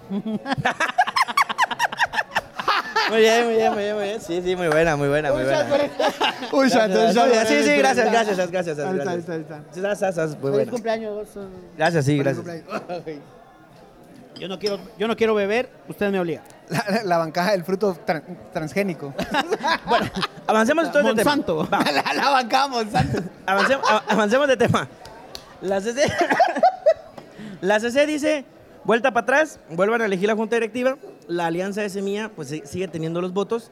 [SPEAKER 2] Muy bien, muy bien, muy bien, muy bien. Sí, sí, muy buena, muy buena, muy buena.
[SPEAKER 1] Uy,
[SPEAKER 2] Gracias, gracias. Sí, sí, gracias, gracias, gracias, gracias.
[SPEAKER 1] Ahí está, ahí está, ahí está.
[SPEAKER 2] Sí, gracias, gracias, Muy
[SPEAKER 3] Feliz
[SPEAKER 2] buena.
[SPEAKER 3] cumpleaños.
[SPEAKER 2] Gracias, sí, gracias.
[SPEAKER 3] Yo no quiero, yo no quiero beber, usted me obliga.
[SPEAKER 1] La, la bancaja del fruto tran- transgénico.
[SPEAKER 2] Avancemos entonces de tema.
[SPEAKER 3] Monsanto.
[SPEAKER 2] Va,
[SPEAKER 1] (laughs) la, la bancaja Monsanto.
[SPEAKER 2] avancemos, av- avancemos de tema. La CC, (laughs) la CC dice, vuelta para atrás, vuelvan a elegir la junta directiva. La alianza de Semilla pues sí- sigue teniendo los votos.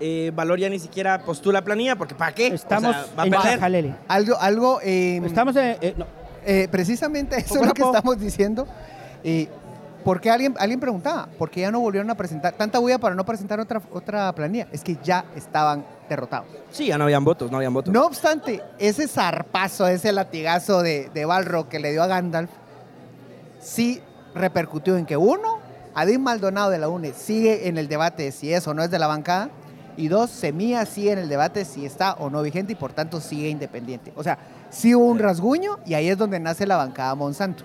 [SPEAKER 2] Eh, Valor ya ni siquiera postula planilla porque ¿para qué? O sea,
[SPEAKER 3] Estamos
[SPEAKER 2] va a
[SPEAKER 3] en
[SPEAKER 2] perder. Mm.
[SPEAKER 3] Chajalele.
[SPEAKER 1] Algo, algo. eh,
[SPEAKER 3] Estamos en... eh, no.
[SPEAKER 1] eh, precisamente eso
[SPEAKER 3] Poco
[SPEAKER 1] es
[SPEAKER 3] a
[SPEAKER 1] lo que
[SPEAKER 3] poco.
[SPEAKER 1] estamos diciendo. Eh, porque alguien, alguien preguntaba, ¿por qué ya no volvieron a presentar tanta bulla para no presentar otra, otra planilla? Es que ya estaban derrotados.
[SPEAKER 2] Sí, ya no habían votos, no habían votos.
[SPEAKER 1] No obstante, ese zarpazo, ese latigazo de, de Balro que le dio a Gandalf, sí repercutió en que uno, Adín Maldonado de la UNE sigue en el debate de si es o no es de la bancada, y dos, Semilla sigue en el debate de si está o no vigente y por tanto sigue independiente. O sea, sí hubo un rasguño y ahí es donde nace la bancada Monsanto.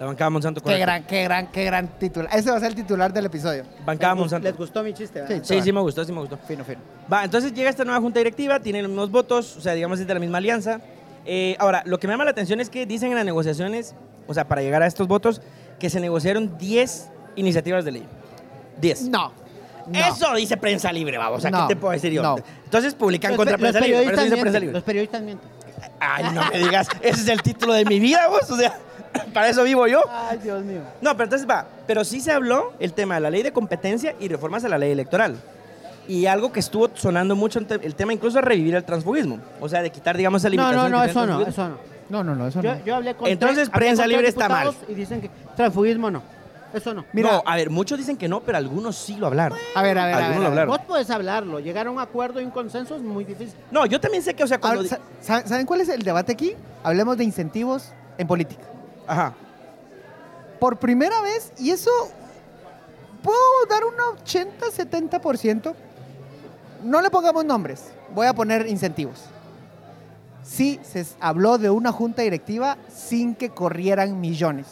[SPEAKER 2] La bancada Monsanto.
[SPEAKER 1] Qué
[SPEAKER 2] correcto.
[SPEAKER 1] gran, qué gran, qué gran titular. Ese va a ser el titular del episodio.
[SPEAKER 2] Bancada
[SPEAKER 3] Les
[SPEAKER 2] Monsanto.
[SPEAKER 3] gustó mi chiste, ¿verdad?
[SPEAKER 2] Sí, sí me gustó, sí me gustó.
[SPEAKER 1] Fino, fino.
[SPEAKER 2] Va, entonces llega esta nueva junta directiva, tienen los mismos votos, o sea, digamos es de la misma alianza. Eh, ahora, lo que me llama la atención es que dicen en las negociaciones, o sea, para llegar a estos votos, que se negociaron 10 iniciativas de ley. 10.
[SPEAKER 1] No. no.
[SPEAKER 2] Eso dice prensa libre, vamos. O sea,
[SPEAKER 1] No,
[SPEAKER 2] ¿qué te puedo decir yo?
[SPEAKER 1] no.
[SPEAKER 2] Entonces publican contra
[SPEAKER 3] pe-
[SPEAKER 2] prensa libre, pero eso
[SPEAKER 3] periodistas
[SPEAKER 2] dice prensa
[SPEAKER 3] mienten,
[SPEAKER 2] libre.
[SPEAKER 3] los periodistas mienten.
[SPEAKER 2] Ay, no me digas, ese es el título de mi vida, vos, o sea, (laughs) para eso vivo yo.
[SPEAKER 3] Ay, Dios mío.
[SPEAKER 2] No, pero entonces va. Pero sí se habló el tema de la ley de competencia y reformas a la ley electoral. Y algo que estuvo sonando mucho, ante- el tema incluso de revivir el transfugismo. O sea, de quitar, digamos, esa
[SPEAKER 3] No,
[SPEAKER 2] limitación.
[SPEAKER 3] no,
[SPEAKER 2] que
[SPEAKER 3] no,
[SPEAKER 2] tenía el
[SPEAKER 3] eso no,
[SPEAKER 2] transfugismo.
[SPEAKER 3] eso no.
[SPEAKER 1] No, no, no, eso
[SPEAKER 3] Yo,
[SPEAKER 1] no.
[SPEAKER 3] yo hablé con
[SPEAKER 2] Entonces,
[SPEAKER 3] tres- hablé
[SPEAKER 2] prensa
[SPEAKER 3] con tres
[SPEAKER 2] libre está
[SPEAKER 3] diputados
[SPEAKER 2] mal.
[SPEAKER 3] Y dicen que transfugismo no. Eso no.
[SPEAKER 1] Mira.
[SPEAKER 2] No, a ver, muchos dicen que no, pero algunos sí lo hablaron.
[SPEAKER 1] A ver, a ver, a ver,
[SPEAKER 2] Algunos
[SPEAKER 1] a
[SPEAKER 2] lo
[SPEAKER 1] ver.
[SPEAKER 2] hablaron.
[SPEAKER 3] Vos podés hablarlo. Llegar a un acuerdo y un consenso es muy difícil.
[SPEAKER 2] No, yo también sé que, o sea, cuando...
[SPEAKER 1] Ahora,
[SPEAKER 2] di-
[SPEAKER 1] sa- sa- ¿Saben cuál es el debate aquí? Hablemos de incentivos en política.
[SPEAKER 2] Ajá.
[SPEAKER 1] Por primera vez, y eso puedo dar un 80-70%, no le pongamos nombres, voy a poner incentivos. Sí, se s- habló de una junta directiva sin que corrieran millones.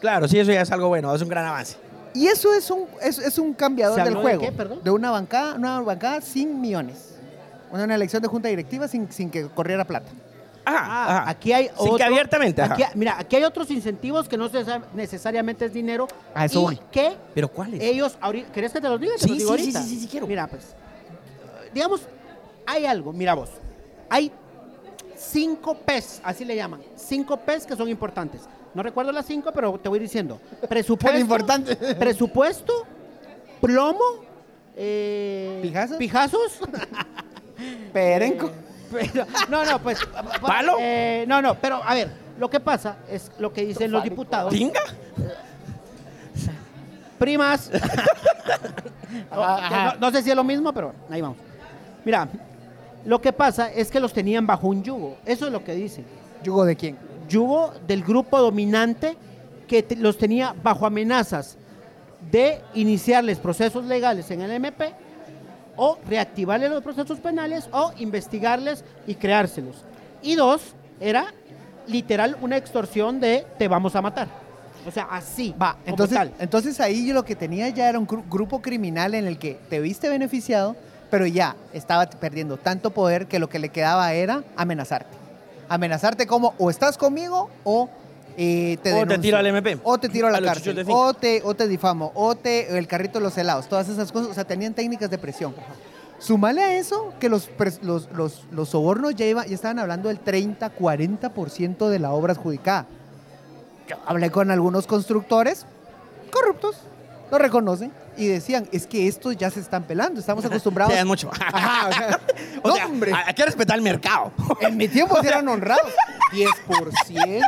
[SPEAKER 2] Claro, sí, eso ya es algo bueno, es un gran avance.
[SPEAKER 1] Y eso es un, es, es un cambiador
[SPEAKER 3] ¿Se
[SPEAKER 1] del
[SPEAKER 3] habló de
[SPEAKER 1] juego.
[SPEAKER 3] qué, perdón?
[SPEAKER 1] una bancada, una bancada sin millones. Una, una elección de junta directiva sin, sin que corriera plata.
[SPEAKER 2] Ajá,
[SPEAKER 3] Ah,
[SPEAKER 2] ajá.
[SPEAKER 3] aquí hay
[SPEAKER 2] Sin
[SPEAKER 3] otro-
[SPEAKER 2] que abiertamente, ajá.
[SPEAKER 3] aquí- mira, aquí hay otros incentivos que no necesar- necesariamente es dinero.
[SPEAKER 1] A eso
[SPEAKER 3] y
[SPEAKER 1] voy.
[SPEAKER 3] que
[SPEAKER 2] ¿Pero cuál es?
[SPEAKER 3] ellos ahorita... ¿Querés que te los diga? Te
[SPEAKER 2] Sí,
[SPEAKER 3] los digo
[SPEAKER 2] sí,
[SPEAKER 3] ahorita.
[SPEAKER 2] sí, sí, sí, sí, quiero.
[SPEAKER 3] Mira, pues, digamos, hay algo. Mira vos, hay cinco P's, así le llaman. Cinco P's que son importantes. No recuerdo las cinco, pero te voy diciendo.
[SPEAKER 2] (laughs)
[SPEAKER 3] Presupuesto.
[SPEAKER 1] Tan
[SPEAKER 3] (laughs)
[SPEAKER 1] importante.
[SPEAKER 3] Presupuesto, plomo, eh,
[SPEAKER 1] ¿Pijazos?
[SPEAKER 3] pijazos.
[SPEAKER 1] Perenco.
[SPEAKER 3] Pero- (laughs) no, no, pues. pa- pa-
[SPEAKER 2] ¿Palo?
[SPEAKER 3] eh, no, no, pero a ver, lo que pasa es lo que dicen los diputados.
[SPEAKER 2] ¿Pinga?
[SPEAKER 3] (laughs) Primas. No, no, no sé si es lo mismo, pero ahí vamos. Mira, lo que pasa es que los tenían bajo un yugo. Eso es lo que dicen.
[SPEAKER 1] ¿Yugo de quién?
[SPEAKER 3] Yugo del grupo dominante que te- los tenía bajo amenazas de iniciarles procesos legales en el MP o reactivarles los procesos penales o investigarles y creárselos. Y dos, era literal una extorsión de te vamos a matar. O sea, así.
[SPEAKER 1] Va,
[SPEAKER 3] como
[SPEAKER 1] entonces, eh,
[SPEAKER 3] tal.
[SPEAKER 1] entonces ahí yo lo que tenía ya era un gru- grupo criminal en el que te viste beneficiado, pero ya estaba t- perdiendo tanto poder que lo que le quedaba era amenazarte. Amenazarte como o estás conmigo o eh, te
[SPEAKER 2] O te
[SPEAKER 1] denuncio.
[SPEAKER 2] tiro al MP.
[SPEAKER 1] O te tiro a la
[SPEAKER 2] A los chuchos de
[SPEAKER 1] cárcel. Oh,
[SPEAKER 2] finca.
[SPEAKER 1] O te, o te difamo. O te el carrito de los helados. Todas esas cosas. O sea, tenían técnicas de presión. Sumale a eso que los, pres- los, los- los sobornos ya, iba- ya estaban hablando del 30, 40% de la obra adjudicada. Yo hablé con algunos constructores corruptos, lo reconocen, y decían, es que estos ya se están pelando, estamos acostumbrados.
[SPEAKER 2] (laughs) Se dan mucho.
[SPEAKER 1] Ajá, o sea,
[SPEAKER 2] (laughs) O
[SPEAKER 1] no,
[SPEAKER 2] sea,
[SPEAKER 1] hombre,
[SPEAKER 2] hay que respetar el mercado.
[SPEAKER 1] en mi tiempo sí eran
[SPEAKER 2] (laughs)
[SPEAKER 1] honrados. 10%.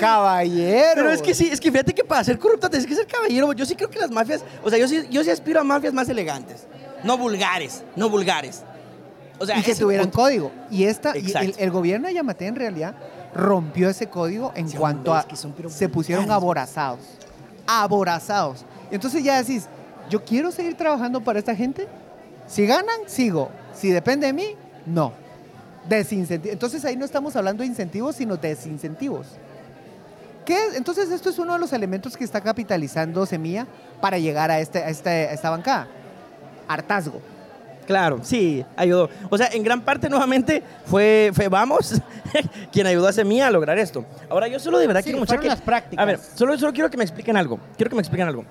[SPEAKER 1] Caballero.
[SPEAKER 2] Pero es que sí, es que fíjate que para ser corrupta tienes que ser caballero. Yo sí creo que las mafias, o sea, yo sí, yo sí aspiro a mafias más elegantes, no vulgares, no vulgares. O sea,
[SPEAKER 1] y que
[SPEAKER 2] ese
[SPEAKER 1] tuvieran
[SPEAKER 2] punto.
[SPEAKER 1] código. Y esta, y el,
[SPEAKER 2] Exacto.
[SPEAKER 1] el gobierno de Yamate en realidad rompió ese código en
[SPEAKER 2] Sí,
[SPEAKER 1] cuanto
[SPEAKER 2] hombre,
[SPEAKER 1] a
[SPEAKER 2] es que son pero
[SPEAKER 1] se pusieron
[SPEAKER 2] brutales.
[SPEAKER 1] aborazados. Aborazados. Y entonces ya decís, yo quiero seguir trabajando para esta gente. Si ganan, sigo. Si depende de mí, no. Desincentivos. Entonces ahí no estamos hablando de incentivos, sino desincentivos. ¿Qué? Entonces esto es uno de los elementos que está capitalizando Semilla para llegar a, este, a, este- a esta bancada. Hartazgo.
[SPEAKER 2] Claro, sí, ayudó. O sea, en gran parte nuevamente fue, fue Vamos (laughs) quien ayudó a Semilla a lograr esto. Ahora, yo solo de verdad
[SPEAKER 3] Sí,
[SPEAKER 2] quiero
[SPEAKER 3] fueron
[SPEAKER 2] muchachos.
[SPEAKER 3] las prácticas.
[SPEAKER 2] A ver, solo, solo quiero que me expliquen algo. Quiero que me expliquen algo.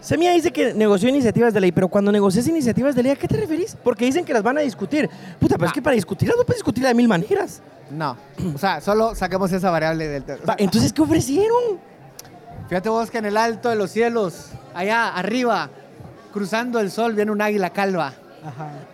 [SPEAKER 2] Semilla dice que negoció iniciativas de ley, pero cuando negocias iniciativas de ley, ¿a qué te referís? Porque dicen que las van a discutir. Puta, pero es que para discutirlas no puedes discutirlas de mil maneras.
[SPEAKER 1] No. O sea, solo saquemos esa variable del...
[SPEAKER 2] Va, Entonces, ¿qué ofrecieron?
[SPEAKER 1] Fíjate vos que en el alto de los cielos, allá arriba, cruzando el sol, viene un águila calva.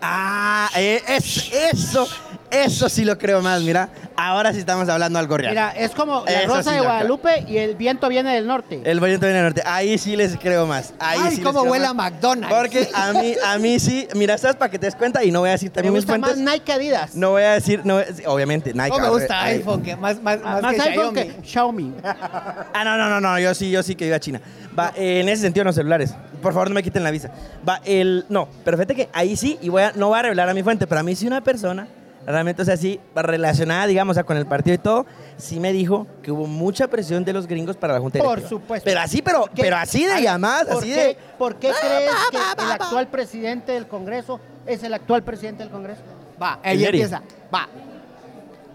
[SPEAKER 2] Ah, eh, es- eso, eso sí lo creo más, mira. Ahora sí estamos hablando algo real.
[SPEAKER 3] Mira, es como la
[SPEAKER 2] Eso
[SPEAKER 3] rosa
[SPEAKER 2] sí Eh,
[SPEAKER 3] de
[SPEAKER 2] lo creo.
[SPEAKER 3] Guadalupe y el viento viene del norte.
[SPEAKER 2] El Valiente viene del norte. Ahí sí les creo más. Ahí
[SPEAKER 1] Ay,
[SPEAKER 2] sí les
[SPEAKER 1] cómo
[SPEAKER 2] creo
[SPEAKER 1] huele
[SPEAKER 2] más.
[SPEAKER 1] a McDonald's. (laughs)
[SPEAKER 2] Porque a mí, a mí sí, mira, estás para que te des cuenta y no voy a decir
[SPEAKER 3] Me
[SPEAKER 2] también mis
[SPEAKER 3] gusta
[SPEAKER 2] fuentes.
[SPEAKER 3] más Nike Adidas.
[SPEAKER 2] No voy a decir, no, obviamente, Nike.
[SPEAKER 1] No Oh, me gusta
[SPEAKER 2] ahí.
[SPEAKER 1] iPhone, que más, más,
[SPEAKER 3] Ah,
[SPEAKER 1] más,
[SPEAKER 3] más,
[SPEAKER 1] que
[SPEAKER 3] iPhone
[SPEAKER 1] Xiaomi.
[SPEAKER 3] que Xiaomi.
[SPEAKER 2] Ah, no, no, no, no, yo sí, yo sí que iba a China. Va, eh, en ese sentido, los celulares. Por favor, no me quiten la visa. Va, el, no, pero fíjate que ahí sí, y voy a, no voy a revelar a mi fuente, pero a mí sí una persona, realmente, o sea, sí, relacionada, digamos, o sea, con el partido y todo, sí me dijo que hubo mucha presión de los gringos para la Junta
[SPEAKER 3] Por
[SPEAKER 2] Directiva.
[SPEAKER 3] supuesto.
[SPEAKER 2] Pero así, pero,
[SPEAKER 3] ¿Qué?
[SPEAKER 2] pero así de
[SPEAKER 3] Ay,
[SPEAKER 2] llamadas,
[SPEAKER 3] ¿por
[SPEAKER 2] así
[SPEAKER 3] qué-
[SPEAKER 2] de...
[SPEAKER 3] ¿Por qué
[SPEAKER 2] Va,
[SPEAKER 3] crees
[SPEAKER 2] va,
[SPEAKER 3] que
[SPEAKER 2] va, va,
[SPEAKER 3] el
[SPEAKER 2] va.
[SPEAKER 3] actual presidente del Congreso es el actual presidente del Congreso?
[SPEAKER 1] Va,
[SPEAKER 2] ¿En
[SPEAKER 1] ahí
[SPEAKER 2] serio?
[SPEAKER 1] empieza. Va.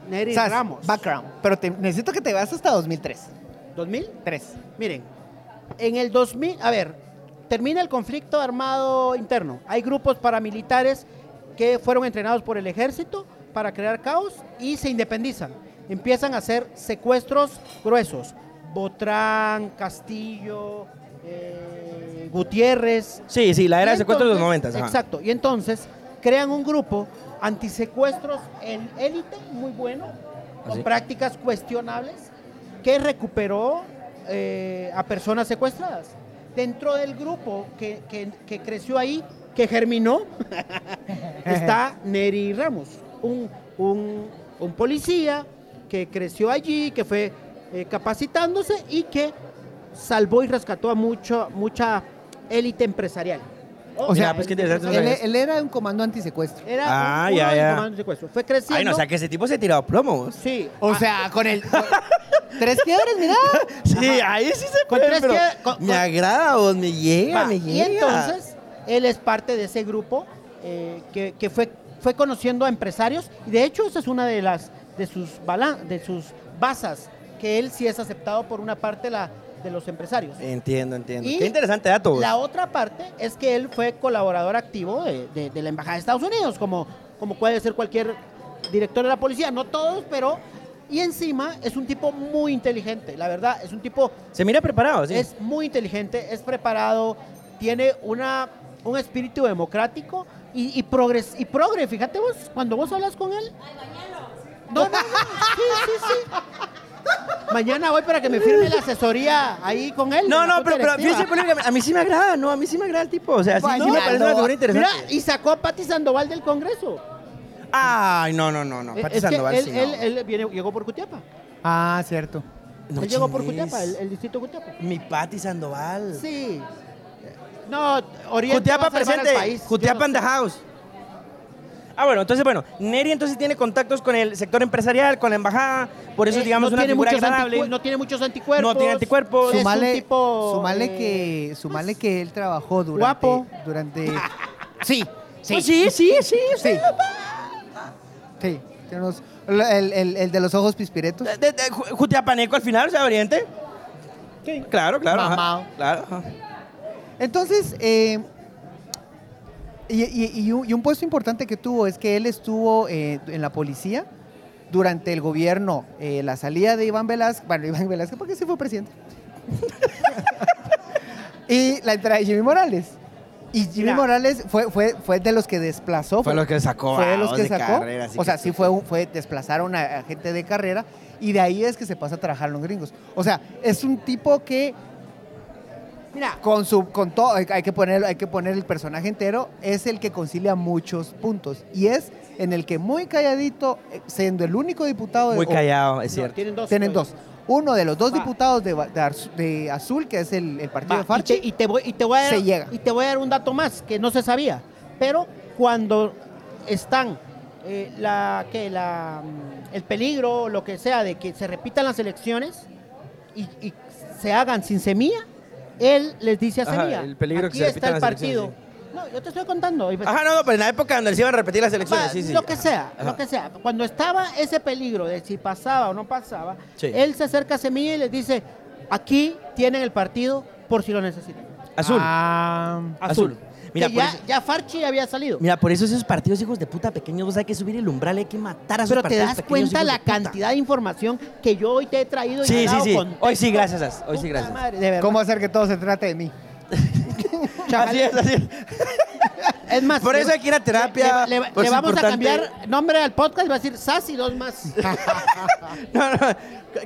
[SPEAKER 3] Neri
[SPEAKER 1] O sea,
[SPEAKER 3] Ramos.
[SPEAKER 1] Background. Pero te- necesito que te vas hasta 2003.
[SPEAKER 3] ¿2000?
[SPEAKER 1] Tres.
[SPEAKER 3] Miren, en el 2000, a ver, termina el conflicto armado interno. Hay grupos paramilitares que fueron entrenados por el ejército para crear caos y se independizan. Empiezan a hacer secuestros gruesos. Botrán, Castillo, eh, Gutiérrez,
[SPEAKER 2] Sí, sí, la era
[SPEAKER 3] y
[SPEAKER 2] de secuestros de los
[SPEAKER 3] entonces-
[SPEAKER 2] 90. ajá.
[SPEAKER 3] Exacto. Y entonces crean un grupo antisecuestros en élite, muy bueno, con
[SPEAKER 2] ¿Ah, sí?
[SPEAKER 3] prácticas cuestionables, que recuperó eh, a personas secuestradas. Dentro del grupo que, que- que creció ahí, que germinó,
[SPEAKER 2] (laughs)
[SPEAKER 3] está Neri Ramos, un, un- un policía que creció allí, que fue eh, capacitándose y que salvó y rescató a mucho, mucha élite empresarial.
[SPEAKER 1] O sea,
[SPEAKER 2] Mira, pues qué interesante.
[SPEAKER 1] Él, e, él era un comando antisecuestro.
[SPEAKER 3] Era
[SPEAKER 2] Ah,
[SPEAKER 3] un- uno
[SPEAKER 2] ya,
[SPEAKER 3] de los
[SPEAKER 2] ya.
[SPEAKER 3] comandos de secuestro. Fue creciendo.
[SPEAKER 2] Ay, no, o sea, que ese tipo se tiraba plomos.
[SPEAKER 3] Sí.
[SPEAKER 1] O
[SPEAKER 3] Ah,
[SPEAKER 1] sea, con el...
[SPEAKER 3] (laughs)
[SPEAKER 1] con- tres piedras, mira.
[SPEAKER 2] (laughs) Sí, ahí sí se
[SPEAKER 3] Con
[SPEAKER 2] puede,
[SPEAKER 3] tres
[SPEAKER 2] pero
[SPEAKER 3] que- con-
[SPEAKER 2] me
[SPEAKER 3] con-
[SPEAKER 2] agrada, vos, me llega,
[SPEAKER 3] va.
[SPEAKER 2] me
[SPEAKER 3] y
[SPEAKER 2] llega.
[SPEAKER 3] entonces, él es parte de ese grupo eh, que, que fue, fue conociendo a empresarios. Y de hecho, esa es una de las de sus balan- de sus basas, que él sí es aceptado por una parte de la, de los empresarios.
[SPEAKER 2] Entiendo, entiendo.
[SPEAKER 3] Y
[SPEAKER 2] Qué interesante dato, vos.
[SPEAKER 3] La otra parte es que él fue colaborador activo de, de- de la Embajada de Estados Unidos, como, como puede ser cualquier director de la policía, no todos, pero... Y encima es un tipo muy inteligente, la verdad, es un tipo
[SPEAKER 2] Se mira preparado, sí.
[SPEAKER 3] es muy inteligente, es preparado, tiene una, un espíritu democrático y, y, progres, y progre. Fíjate vos, cuando vos hablas con él. No, no, no. Sí, sí, sí. Mañana voy para que me firme la asesoría ahí con él.
[SPEAKER 2] No,
[SPEAKER 3] en la
[SPEAKER 2] no, pero,
[SPEAKER 3] junta
[SPEAKER 2] pero fíjese,
[SPEAKER 3] directiva.
[SPEAKER 2] polémica, a mí sí me agrada, no, a mí sí me agrada el tipo. O sea, sí, sí me
[SPEAKER 1] Bueno,
[SPEAKER 2] parece una
[SPEAKER 1] no,
[SPEAKER 2] figura interesante.
[SPEAKER 3] Pues, Mira, y sacó a Pati Sandoval del Congreso.
[SPEAKER 2] Ay, no, no, no, no.
[SPEAKER 3] Eh,
[SPEAKER 2] Pati
[SPEAKER 3] es que
[SPEAKER 2] Sandoval
[SPEAKER 3] él,
[SPEAKER 2] sí,
[SPEAKER 3] él-
[SPEAKER 2] no.
[SPEAKER 3] él viene- llegó por Cutiapa.
[SPEAKER 1] Ah, cierto.
[SPEAKER 2] No
[SPEAKER 3] él llegó por
[SPEAKER 2] chingues.
[SPEAKER 3] Cutiapa, el, el distrito Cutiapa.
[SPEAKER 2] Mi Pati Sandoval.
[SPEAKER 3] Sí. No, Oriente
[SPEAKER 2] Jutiapa
[SPEAKER 3] va a salvar al
[SPEAKER 2] presente.
[SPEAKER 3] país, yo
[SPEAKER 2] Jutiapa
[SPEAKER 3] no
[SPEAKER 2] in
[SPEAKER 3] sé.
[SPEAKER 2] the house. Ah, bueno, entonces, bueno, Neri entonces tiene contactos con el sector empresarial, con la embajada, por eso,
[SPEAKER 3] Eh,
[SPEAKER 2] es, digamos, una figura
[SPEAKER 3] muchos
[SPEAKER 2] agradable.
[SPEAKER 3] anticuer- no tiene muchos anticuerpos.
[SPEAKER 2] No tiene anticuerpos.
[SPEAKER 3] Es un
[SPEAKER 1] Sumale,
[SPEAKER 3] tipo,
[SPEAKER 1] sumale,
[SPEAKER 3] eh,
[SPEAKER 1] que, sumale que él trabajó durante...
[SPEAKER 3] guapo.
[SPEAKER 1] Durante... Sí, sí.
[SPEAKER 2] Pues sí, sí, sí,
[SPEAKER 1] Sí.
[SPEAKER 2] sí.
[SPEAKER 1] Sí, tiene unos- el, el- el de los ojos pispiretos.
[SPEAKER 2] De- de- de- Ju- Jutiapaneco al final, o sea, Oriente. Sí. Claro, claro. ajá.
[SPEAKER 1] Mamao.
[SPEAKER 2] Claro. ajá.
[SPEAKER 1] Entonces, eh, y, y- y un, y un puesto importante que tuvo es que él estuvo eh, en la policía durante el gobierno, eh, la salida de Iván Velázquez, bueno, (laughs) Iván Velázquez porque sí fue presidente, (laughs) y la entrada de Jimmy Morales. Y Jimmy
[SPEAKER 3] Mira.
[SPEAKER 1] Morales fue, fue, fue de los que desplazó.
[SPEAKER 2] Fue los que sacó
[SPEAKER 1] Fue de
[SPEAKER 2] a
[SPEAKER 1] los
[SPEAKER 2] dos
[SPEAKER 1] que
[SPEAKER 2] de
[SPEAKER 1] sacó.
[SPEAKER 2] carrera, así
[SPEAKER 1] o
[SPEAKER 2] que
[SPEAKER 1] sea,
[SPEAKER 2] sí,
[SPEAKER 1] sí fue, un- fue desplazaron a, a gente de carrera y de ahí es que se pasa a trabajar los gringos. O sea, es un tipo que
[SPEAKER 3] Mira,
[SPEAKER 1] con su con todo hay, hay que poner hay que poner el personaje entero es el que concilia muchos puntos y es en el que muy calladito eh, siendo el único diputado de,
[SPEAKER 2] Muy
[SPEAKER 1] o-
[SPEAKER 2] callado, es
[SPEAKER 3] no,
[SPEAKER 2] cierto.
[SPEAKER 3] tienen dos.
[SPEAKER 1] tienen dos uno de los dos
[SPEAKER 3] Va.
[SPEAKER 1] diputados de, va- de Arz- de azul que es el, el partido
[SPEAKER 3] Va,
[SPEAKER 1] de
[SPEAKER 3] y,
[SPEAKER 1] Farche
[SPEAKER 3] te, y te voy, y te voy a dar,
[SPEAKER 1] se llega.
[SPEAKER 3] y te voy a dar un dato más que no se sabía. Pero cuando están eh, la, que la, mm, el peligro, lo que sea, de que se repitan las elecciones y, y se hagan sin semilla, él les dice a
[SPEAKER 2] Ajá,
[SPEAKER 3] Semilla,
[SPEAKER 2] el peligro que
[SPEAKER 3] aquí
[SPEAKER 2] se
[SPEAKER 3] está
[SPEAKER 2] repitan
[SPEAKER 3] el
[SPEAKER 2] las elecciones,
[SPEAKER 3] partido. No, yo te estoy contando. y- pues,
[SPEAKER 2] Ajá, no, no, pero en la época donde se iban a repetir las elecciones,
[SPEAKER 3] Va,
[SPEAKER 2] sí, sí.
[SPEAKER 3] Pues, Lo que
[SPEAKER 2] Ajá.
[SPEAKER 3] sea,
[SPEAKER 2] Ajá.
[SPEAKER 3] lo que sea. Cuando estaba ese peligro de si pasaba o no pasaba,
[SPEAKER 2] Sí.
[SPEAKER 3] él se acerca a Semilla y les dice, aquí tienen el partido por si lo necesitan.
[SPEAKER 2] Azul.
[SPEAKER 1] Ah,
[SPEAKER 2] Azul. Mira,
[SPEAKER 3] Que
[SPEAKER 2] por
[SPEAKER 3] ya,
[SPEAKER 2] eso-
[SPEAKER 3] ya Farchi había salido.
[SPEAKER 2] Mira, por eso esos partidos hijos de puta pequeños, vos hay que subir el umbral, hay que matar a sus
[SPEAKER 3] pero te
[SPEAKER 2] partidos
[SPEAKER 3] das
[SPEAKER 2] pequeños,
[SPEAKER 3] cuenta
[SPEAKER 2] hijos
[SPEAKER 3] la
[SPEAKER 2] este de puta.
[SPEAKER 3] cantidad de información que yo hoy te he traído. y
[SPEAKER 2] Sí,
[SPEAKER 3] te he
[SPEAKER 2] sí,
[SPEAKER 3] dado
[SPEAKER 2] sí.
[SPEAKER 3] contexto.
[SPEAKER 2] Hoy sí, gracias, As. Hoy sí,
[SPEAKER 3] Puta
[SPEAKER 2] gracias.
[SPEAKER 3] madre, de verdad.
[SPEAKER 1] ¿Cómo hacer que todo se trate de mí?
[SPEAKER 3] Chacal-
[SPEAKER 2] Así es, así es.
[SPEAKER 3] Es más,
[SPEAKER 2] Por
[SPEAKER 3] le-
[SPEAKER 2] eso hay que ir a terapia,
[SPEAKER 3] Le, le- le
[SPEAKER 2] pues,
[SPEAKER 3] vamos
[SPEAKER 2] importante.
[SPEAKER 3] a cambiar nombre al podcast, va a decir Sassi
[SPEAKER 2] (laughs)
[SPEAKER 3] dos más.
[SPEAKER 2] No, no.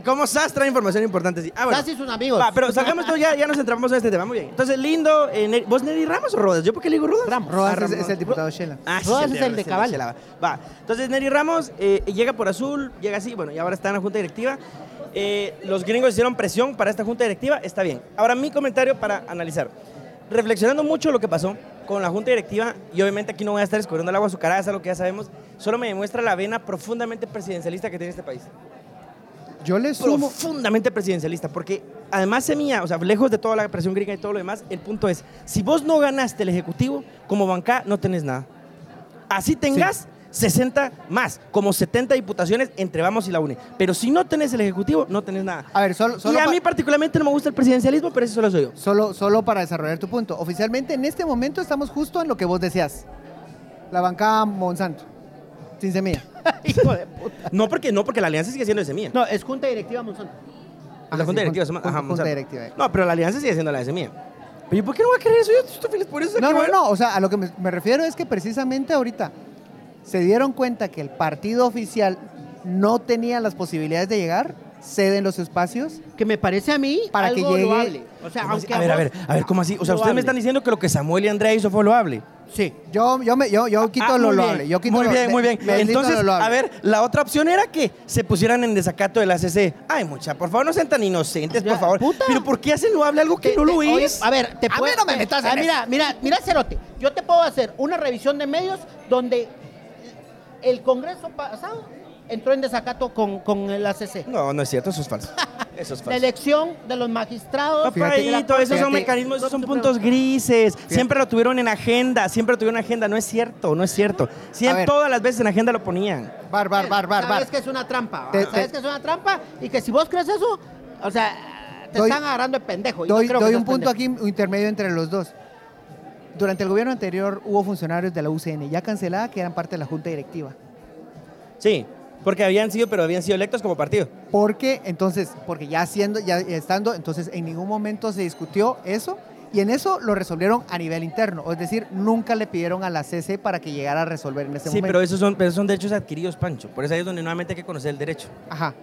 [SPEAKER 2] ¿Cómo SAS trae información importante? Sí. Ah, bueno.
[SPEAKER 3] Sassi y sus amigos.
[SPEAKER 2] Va, pero sacamos todo, ya, ya nos entramos a este tema. Muy bien. Entonces, lindo. eh, Neri- ¿Vos Neri Ramos o Rodas? ¿Yo por qué le digo Rodas?
[SPEAKER 3] Ramos.
[SPEAKER 1] Rodas
[SPEAKER 2] Ah,
[SPEAKER 1] es, es el diputado Shela.
[SPEAKER 2] Ah,
[SPEAKER 3] Rodas
[SPEAKER 2] sí,
[SPEAKER 3] es el de
[SPEAKER 2] sí,
[SPEAKER 3] Cabal.
[SPEAKER 2] sí, la Va. Va. Entonces Neri Ramos eh, llega por azul, llega así, bueno, y ahora está en la junta directiva. Eh, los gringos hicieron presión para esta junta directiva, está bien. Ahora mi comentario para analizar. Reflexionando mucho lo que pasó con la junta directiva, y obviamente aquí no voy a estar escubriendo el agua azucarada, es algo que ya sabemos, solo me demuestra la vena profundamente presidencialista que tiene este país
[SPEAKER 1] Yo le sumo.
[SPEAKER 2] profundamente presidencialista, porque además Semilla, o sea, lejos de toda la presión griega y todo lo demás, el punto es, si vos no ganaste el Ejecutivo, como banca no tenés nada. Así tengas 60 más, como 70 diputaciones entre Vamos y la UNE. Pero si no tenés el Ejecutivo, no tenés nada.
[SPEAKER 1] A ver, solo,
[SPEAKER 2] y
[SPEAKER 1] solo,
[SPEAKER 2] a
[SPEAKER 1] pa-
[SPEAKER 2] mí particularmente no me gusta el presidencialismo, pero eso solo soy yo.
[SPEAKER 1] solo, solo para desarrollar tu punto. Oficialmente, en este momento estamos justo en lo que vos decías: la bancada Monsanto, sin semilla.
[SPEAKER 3] (laughs) Hijo de puta.
[SPEAKER 2] No porque, no porque la alianza sigue siendo de Semilla.
[SPEAKER 3] No, es Junta Directiva Monsanto.
[SPEAKER 2] la
[SPEAKER 1] Ajá,
[SPEAKER 2] junta
[SPEAKER 1] sí,
[SPEAKER 2] directiva.
[SPEAKER 1] jun-
[SPEAKER 2] se llama- ajá,
[SPEAKER 1] junta
[SPEAKER 2] Monsanto.
[SPEAKER 1] directiva, eh.
[SPEAKER 2] No, pero la alianza sigue siendo la de Semilla. Pero ¿y por qué no voy a querer eso? Yo estoy feliz por eso.
[SPEAKER 1] No,
[SPEAKER 2] qué
[SPEAKER 1] no,
[SPEAKER 2] bueno.
[SPEAKER 1] no. O sea, a lo que me, me refiero es que precisamente ahorita se dieron cuenta que el partido oficial no tenía las posibilidades de llegar, ceden los espacios.
[SPEAKER 3] Que me parece a mí
[SPEAKER 1] Para que
[SPEAKER 3] algo
[SPEAKER 1] llegue-
[SPEAKER 3] loable. O sea,
[SPEAKER 2] ¿Cómo así?
[SPEAKER 3] aunque
[SPEAKER 2] a ver, a
[SPEAKER 3] vos-
[SPEAKER 2] ver, a ver, ¿cómo así? O sea, ustedes me
[SPEAKER 3] Loable.
[SPEAKER 2] están diciendo que lo que Samuel y Andrea hizo fue loable.
[SPEAKER 3] Sí.
[SPEAKER 1] Yo, yo, me, yo, yo quito
[SPEAKER 2] Ah,
[SPEAKER 1] lo
[SPEAKER 2] muy bien.
[SPEAKER 1] loable. Yo quito
[SPEAKER 2] muy
[SPEAKER 1] lo-
[SPEAKER 2] bien,
[SPEAKER 1] me-
[SPEAKER 2] muy bien.
[SPEAKER 1] me deslindo
[SPEAKER 2] Entonces,
[SPEAKER 1] lo loable.
[SPEAKER 2] a ver, la otra opción era que se pusieran en desacato de la CC. Ay, mucha, por favor, no sean tan inocentes, por
[SPEAKER 3] Ya,
[SPEAKER 2] favor.
[SPEAKER 3] puta.
[SPEAKER 2] Pero ¿por qué hacen loable algo que no lo
[SPEAKER 3] Oye,
[SPEAKER 2] es?
[SPEAKER 3] a ver, te
[SPEAKER 1] A mí
[SPEAKER 3] puedo-
[SPEAKER 1] no me
[SPEAKER 3] te-
[SPEAKER 1] metas
[SPEAKER 3] ah,
[SPEAKER 1] en
[SPEAKER 3] mira, mira, mira, Cerote. Yo te puedo hacer una revisión de medios donde el Congreso pasado entró en desacato con, con el ACC.
[SPEAKER 2] No, no es cierto, eso es (laughs) falso. Eso es
[SPEAKER 3] La
[SPEAKER 2] falso.
[SPEAKER 3] elección de los magistrados.
[SPEAKER 1] Fíjate.
[SPEAKER 3] de la
[SPEAKER 2] Papadito, esos
[SPEAKER 1] Fíjate.
[SPEAKER 2] son mecanismos, esos son puntos grises. Siempre lo tuvieron en agenda, siempre lo tuvieron en agenda. No es cierto, no es cierto. Siempre,
[SPEAKER 1] ver.
[SPEAKER 2] todas las veces en agenda lo ponían.
[SPEAKER 1] Bar, bar, bar, bar,
[SPEAKER 3] Sabes
[SPEAKER 1] bar.
[SPEAKER 3] que es una trampa.
[SPEAKER 1] Te-
[SPEAKER 3] sabes
[SPEAKER 1] te-
[SPEAKER 3] que es una trampa y que si vos crees eso, o sea, te
[SPEAKER 1] Doy-
[SPEAKER 3] están agarrando de pendejo. y no
[SPEAKER 1] Doy,
[SPEAKER 3] creo que
[SPEAKER 1] doy
[SPEAKER 3] seas
[SPEAKER 1] un punto
[SPEAKER 3] pendejo.
[SPEAKER 1] aquí un intermedio entre los dos. Durante el gobierno anterior hubo funcionarios de la UCN ya cancelada que eran parte de la junta directiva.
[SPEAKER 2] Sí, porque habían sido, pero habían sido electos como partido.
[SPEAKER 1] Porque entonces, porque ya siendo, ya estando, entonces en ningún momento se discutió eso y en eso lo resolvieron a nivel interno. Es decir, nunca le pidieron a la CC para que llegara a resolver en ese
[SPEAKER 2] Sí, pero
[SPEAKER 1] momento.
[SPEAKER 2] esos son, pero son derechos adquiridos, Pancho. Por eso ahí es donde nuevamente hay que conocer el derecho.
[SPEAKER 1] Ajá.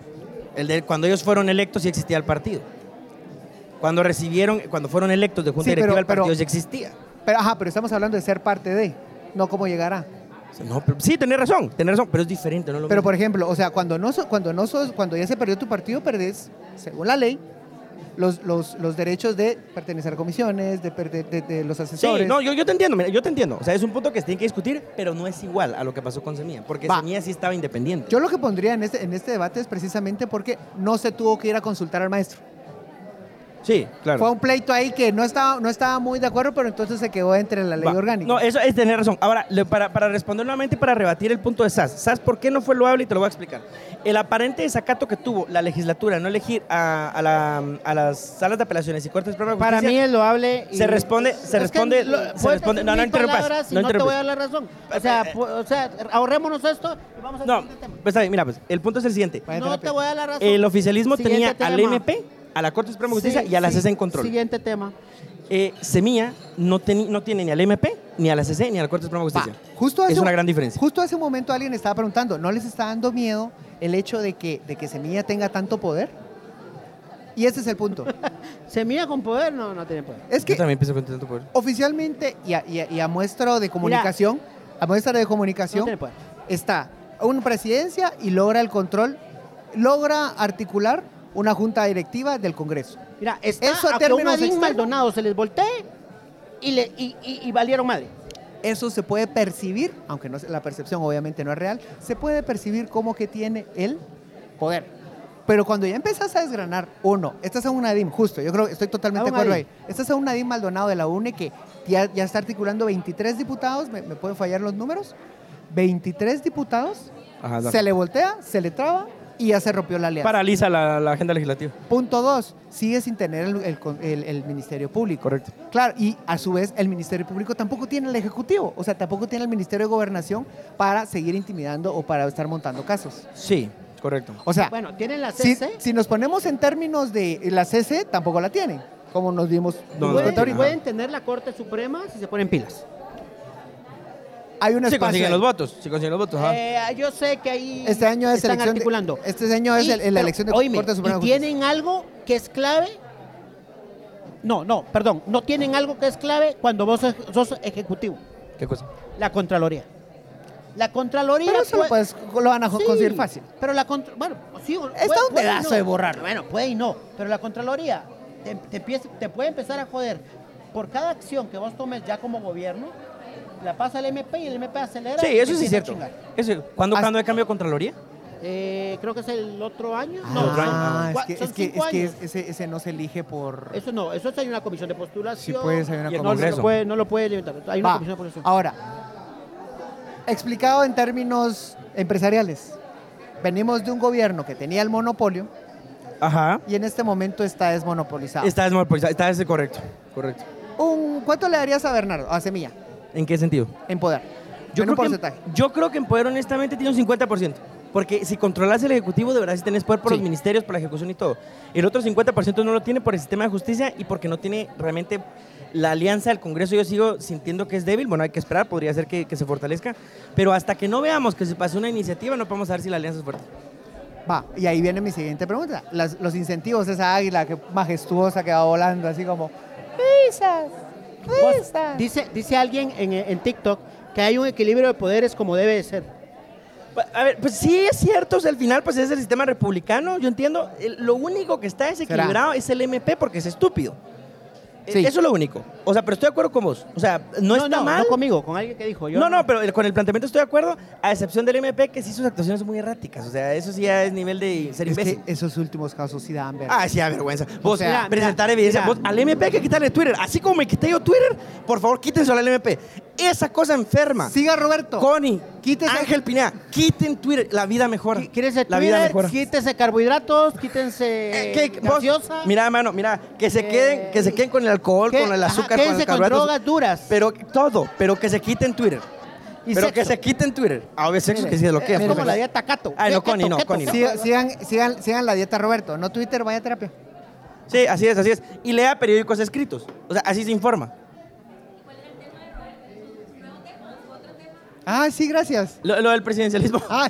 [SPEAKER 2] El de, cuando ellos fueron electos sí existía el partido. Cuando recibieron, cuando fueron electos de junta
[SPEAKER 1] Sí, pero-
[SPEAKER 2] directiva el partido
[SPEAKER 1] pero-
[SPEAKER 2] ya existía.
[SPEAKER 1] Pero, ajá, pero estamos hablando de ser parte de, no cómo llegará.
[SPEAKER 2] O sea, no, pero- sí, tenés razón, tenés razón, pero es diferente, no es lo
[SPEAKER 1] Pero
[SPEAKER 2] mismo.
[SPEAKER 1] por ejemplo, o sea, cuando no so- cuando no sos, cuando ya se perdió tu partido, perdés, según la ley, los, los, los derechos de pertenecer a comisiones, de, perder- de, de los asesores.
[SPEAKER 2] Sí, no, yo, yo te entiendo, mira, yo te entiendo. O sea, es un punto que se tiene que discutir, pero no es igual a lo que pasó con Semilla, porque
[SPEAKER 1] Va.
[SPEAKER 2] Semilla sí estaba independiente.
[SPEAKER 1] Yo lo que pondría en este, en este debate es precisamente porque no se tuvo que ir a consultar al maestro.
[SPEAKER 2] sí, claro.
[SPEAKER 1] Fue un pleito ahí que no estaba, no estaba muy de acuerdo, pero entonces se quedó entre la ley
[SPEAKER 2] Va.
[SPEAKER 1] orgánica.
[SPEAKER 2] No, eso es tener razón. Ahora, le- para, para responder nuevamente, y para rebatir el punto de SAS. SAS, ¿por qué no fue loable? Y te lo voy a explicar. El aparente desacato que tuvo la legislatura no elegir a, a la- a las salas de apelaciones y cortes de Suprema de
[SPEAKER 3] Para
[SPEAKER 2] Justicia,
[SPEAKER 3] mí es loable. y-
[SPEAKER 2] se responde- se
[SPEAKER 3] Es que
[SPEAKER 2] responde-
[SPEAKER 3] lo-
[SPEAKER 2] se
[SPEAKER 3] puedes
[SPEAKER 2] responde-
[SPEAKER 3] decir
[SPEAKER 2] no, no
[SPEAKER 3] mil
[SPEAKER 2] interrumpas,
[SPEAKER 3] palabras y
[SPEAKER 2] no
[SPEAKER 3] no te
[SPEAKER 2] interrumpas. Eh,
[SPEAKER 3] voy a dar la razón. O sea, pu- o sea, ahorrémonos esto y vamos a
[SPEAKER 2] No,
[SPEAKER 3] seguir el tema.
[SPEAKER 2] pues está bien, mira, pues el punto es el siguiente.
[SPEAKER 1] Vaya
[SPEAKER 3] No
[SPEAKER 1] terapia.
[SPEAKER 3] te voy a dar la razón.
[SPEAKER 2] El oficialismo
[SPEAKER 3] Siguiente
[SPEAKER 2] tenía al
[SPEAKER 3] tema.
[SPEAKER 2] MP, a la Corte Suprema de
[SPEAKER 3] Sí,
[SPEAKER 2] Justicia y a la
[SPEAKER 3] sí.
[SPEAKER 2] CC en control.
[SPEAKER 3] Siguiente tema.
[SPEAKER 2] Eh, Semilla no, teni- no tiene ni al MP, ni a la CC, ni a la Corte Suprema de
[SPEAKER 1] Va.
[SPEAKER 2] Justicia.
[SPEAKER 1] Justo hace
[SPEAKER 2] es una
[SPEAKER 1] un-
[SPEAKER 2] gran diferencia.
[SPEAKER 1] Justo hace un momento alguien estaba preguntando, ¿no les está dando miedo el hecho de que, de que Semilla tenga tanto poder? Y ese es el punto.
[SPEAKER 3] Semilla con poder, no, no tiene poder.
[SPEAKER 1] Es
[SPEAKER 2] Yo
[SPEAKER 1] que
[SPEAKER 2] también pienso con tanto poder.
[SPEAKER 1] oficialmente y a, y a- y a muestra de comunicación, a muestra de
[SPEAKER 3] No
[SPEAKER 1] comunicación
[SPEAKER 3] tiene poder.
[SPEAKER 1] está una presidencia y logra el control, logra articular una junta directiva del Congreso.
[SPEAKER 3] Mira, está
[SPEAKER 1] Eso a
[SPEAKER 3] a que un
[SPEAKER 1] términos
[SPEAKER 3] Adín
[SPEAKER 1] externos.
[SPEAKER 3] Maldonado se les voltee y, le, y, y- y valieron madre.
[SPEAKER 1] eso se puede percibir, aunque no, se- la percepción obviamente no es real, se puede percibir como que tiene el poder. Pero cuando ya empezás a desgranar, uno, estás a un Nadim, justo, yo creo que estoy totalmente
[SPEAKER 3] A un
[SPEAKER 1] de acuerdo
[SPEAKER 3] Nadim.
[SPEAKER 1] ahí. Estás a un Nadim Maldonado de la UNE que ya, ya está articulando 23 diputados, me, me pueden fallar los números, 23 diputados,
[SPEAKER 2] Ajá, dale.
[SPEAKER 1] se le voltea, se le traba y ya se rompió la alianza.
[SPEAKER 2] Paraliza la, la agenda legislativa.
[SPEAKER 1] Punto dos, sigue sin tener el, el con- el- el Ministerio Público.
[SPEAKER 2] Correcto.
[SPEAKER 1] Claro, y a su vez el Ministerio Público tampoco tiene el Ejecutivo, o sea, tampoco tiene el Ministerio de Gobernación para seguir intimidando o para estar montando casos.
[SPEAKER 2] Sí, correcto.
[SPEAKER 1] O sea,
[SPEAKER 3] Bueno, tienen la
[SPEAKER 1] si,
[SPEAKER 3] CC.
[SPEAKER 1] si nos ponemos en términos de la CC, tampoco la tienen, como nos dimos
[SPEAKER 2] No,
[SPEAKER 1] cuenta
[SPEAKER 2] no la
[SPEAKER 3] pueden,
[SPEAKER 2] tienen,
[SPEAKER 1] ahorita.
[SPEAKER 3] pueden tener la Corte Suprema si se ponen pilas.
[SPEAKER 1] Hay un
[SPEAKER 2] Si
[SPEAKER 1] espacio
[SPEAKER 2] consiguen
[SPEAKER 1] ahí.
[SPEAKER 2] los votos, si consiguen los votos. ajá.
[SPEAKER 3] Eh, yo sé que ahí
[SPEAKER 1] Este año es
[SPEAKER 3] están
[SPEAKER 1] elección de-
[SPEAKER 3] articulando.
[SPEAKER 1] este año es
[SPEAKER 3] Y-
[SPEAKER 1] el- el- la
[SPEAKER 3] pero,
[SPEAKER 1] elección de
[SPEAKER 3] oíme,
[SPEAKER 1] Corte Suprema de
[SPEAKER 3] ¿y
[SPEAKER 1] Justicia.
[SPEAKER 3] tienen algo que es clave? No, no, perdón. No tienen algo que es clave cuando vos ej- sos ejecutivo.
[SPEAKER 2] ¿Qué cosa?
[SPEAKER 3] La Contraloría. La Contraloría...
[SPEAKER 1] Pero eso lo,
[SPEAKER 3] puede-
[SPEAKER 1] puedes- lo van a
[SPEAKER 3] Sí,
[SPEAKER 1] conseguir fácil.
[SPEAKER 3] Pero la Contraloría... Bueno, sí, o-
[SPEAKER 1] Está un
[SPEAKER 3] puede y
[SPEAKER 1] pedazo
[SPEAKER 3] no.
[SPEAKER 1] de borrar.
[SPEAKER 3] Bueno, puede y no. Pero la Contraloría te, te empieza- te puede empezar a joder. Por cada acción que vos tomes ya como gobierno, la pasa al MP y el MP acelera.
[SPEAKER 2] Sí,
[SPEAKER 3] y
[SPEAKER 2] eso sí
[SPEAKER 3] empieza a
[SPEAKER 2] es cierto.
[SPEAKER 3] chingar.
[SPEAKER 2] Eso- ¿Cuándo,
[SPEAKER 1] Hasta-
[SPEAKER 2] ¿Cuándo hay cambio de Contraloría?
[SPEAKER 3] Eh, creo que es el otro año.
[SPEAKER 1] Ah,
[SPEAKER 3] No,
[SPEAKER 2] otro año.
[SPEAKER 3] son
[SPEAKER 1] es
[SPEAKER 3] cua-
[SPEAKER 1] que, es
[SPEAKER 3] son
[SPEAKER 1] que-
[SPEAKER 3] cinco
[SPEAKER 1] es que
[SPEAKER 3] años.
[SPEAKER 1] ese, ese no se elige por...
[SPEAKER 3] Eso no, eso es, hay una comisión de
[SPEAKER 1] Si
[SPEAKER 3] postulación.
[SPEAKER 1] puedes, hay una
[SPEAKER 2] Y el
[SPEAKER 3] no, no,
[SPEAKER 2] Congreso.
[SPEAKER 3] lo puede, no lo puede limitar. Hay una
[SPEAKER 1] Va.
[SPEAKER 3] comisión de postulación.
[SPEAKER 2] Ah,
[SPEAKER 1] Ahora, explicado en términos empresariales, venimos de un gobierno que tenía el monopolio
[SPEAKER 2] Ajá.
[SPEAKER 1] y en este momento está desmonopolizado.
[SPEAKER 2] Está desmonopolizada. Está es correcto. Correcto.
[SPEAKER 1] Un- ¿Cuánto le darías a Bernardo, a Semilla,
[SPEAKER 2] ¿En qué sentido?
[SPEAKER 1] en poder? En un porcentaje.
[SPEAKER 2] Que, yo creo que en poder, honestamente, tiene un 50%. Porque si controlas el Ejecutivo, de verdad sí tenés poder por
[SPEAKER 1] Sí.
[SPEAKER 2] los ministerios, por la ejecución y todo. El otro 50% no lo tiene por el sistema de justicia y porque no tiene realmente la alianza del Congreso. Yo sigo sintiendo que es débil. Bueno, hay que esperar, podría ser que, que se fortalezca. Pero hasta que no veamos que se pase una iniciativa, no podemos saber si la alianza es fuerte.
[SPEAKER 1] Va, y ahí viene mi siguiente pregunta. Las- los incentivos, esa águila que majestuosa que va volando, así como... ¡Risas!
[SPEAKER 3] Vos-
[SPEAKER 1] ¡Risas!
[SPEAKER 3] dice, dice alguien en, en TikTok que hay un equilibrio de poderes como debe de ser.
[SPEAKER 2] Pa- A ver, pues sí es cierto, o sea, al final pues es el sistema republicano, yo entiendo. El- lo único que está desequilibrado es el MP porque es estúpido. E-
[SPEAKER 1] Sí.
[SPEAKER 2] Eso es lo único. O sea, pero estoy de acuerdo con vos. O sea, no, está
[SPEAKER 3] no,
[SPEAKER 2] mal.
[SPEAKER 3] no conmigo, con alguien que dijo. Yo
[SPEAKER 2] no, no, pero el- con el planteamiento estoy de acuerdo, a excepción del MP que sí sus actuaciones son muy erráticas. O sea, eso sí ya es nivel de ser
[SPEAKER 1] Es
[SPEAKER 2] imbécil.
[SPEAKER 1] que esos últimos casos sí dan vergüenza.
[SPEAKER 2] Ah, sí, da vergüenza. Vos,
[SPEAKER 1] sea,
[SPEAKER 2] mira, presentar evidencia.
[SPEAKER 1] mira.
[SPEAKER 2] Vos, al MP hay que quitarle Twitter. Así como me quité yo Twitter, por favor, quítenselo al MP. Esa cosa enferma.
[SPEAKER 1] Siga Roberto.
[SPEAKER 2] Connie,
[SPEAKER 1] Quítese-
[SPEAKER 2] Ángel Pineda, quiten Twitter, la vida mejora.
[SPEAKER 3] Qui- Quítense
[SPEAKER 2] La vida
[SPEAKER 3] Twitter,
[SPEAKER 2] mejora.
[SPEAKER 3] quítense carbohidratos, quítense
[SPEAKER 2] Eh, ¿qué- vos-
[SPEAKER 3] gaseosa.
[SPEAKER 2] mira, mano, mira, que se queden, que se queden con el alcohol,
[SPEAKER 3] Eh, ¿Qué?
[SPEAKER 2] con el
[SPEAKER 3] Ajá,
[SPEAKER 2] azúcar, con
[SPEAKER 3] quédense
[SPEAKER 2] el
[SPEAKER 3] con
[SPEAKER 2] carbohidratos.
[SPEAKER 3] drogas duras.
[SPEAKER 2] Pero todo, pero que se quiten Twitter.
[SPEAKER 3] Y
[SPEAKER 2] pero
[SPEAKER 3] sexo.
[SPEAKER 2] que se quiten Twitter. A ver, sexo
[SPEAKER 1] Mire,
[SPEAKER 2] que se lo pues.
[SPEAKER 3] es como
[SPEAKER 1] mira.
[SPEAKER 3] eh, la dieta Cato.
[SPEAKER 2] Ay, no,
[SPEAKER 3] Keto,
[SPEAKER 2] Connie, no,
[SPEAKER 3] keto,
[SPEAKER 2] Connie, no.
[SPEAKER 3] keto.
[SPEAKER 1] Siga- sigan, sigan, sigan la dieta Roberto, no Twitter, vaya a terapia.
[SPEAKER 2] Sí, así es, así es. Y lea periódicos escritos. O sea, así se informa.
[SPEAKER 1] Ah, sí, gracias.
[SPEAKER 2] Lo, lo del presidencialismo.
[SPEAKER 1] Ah,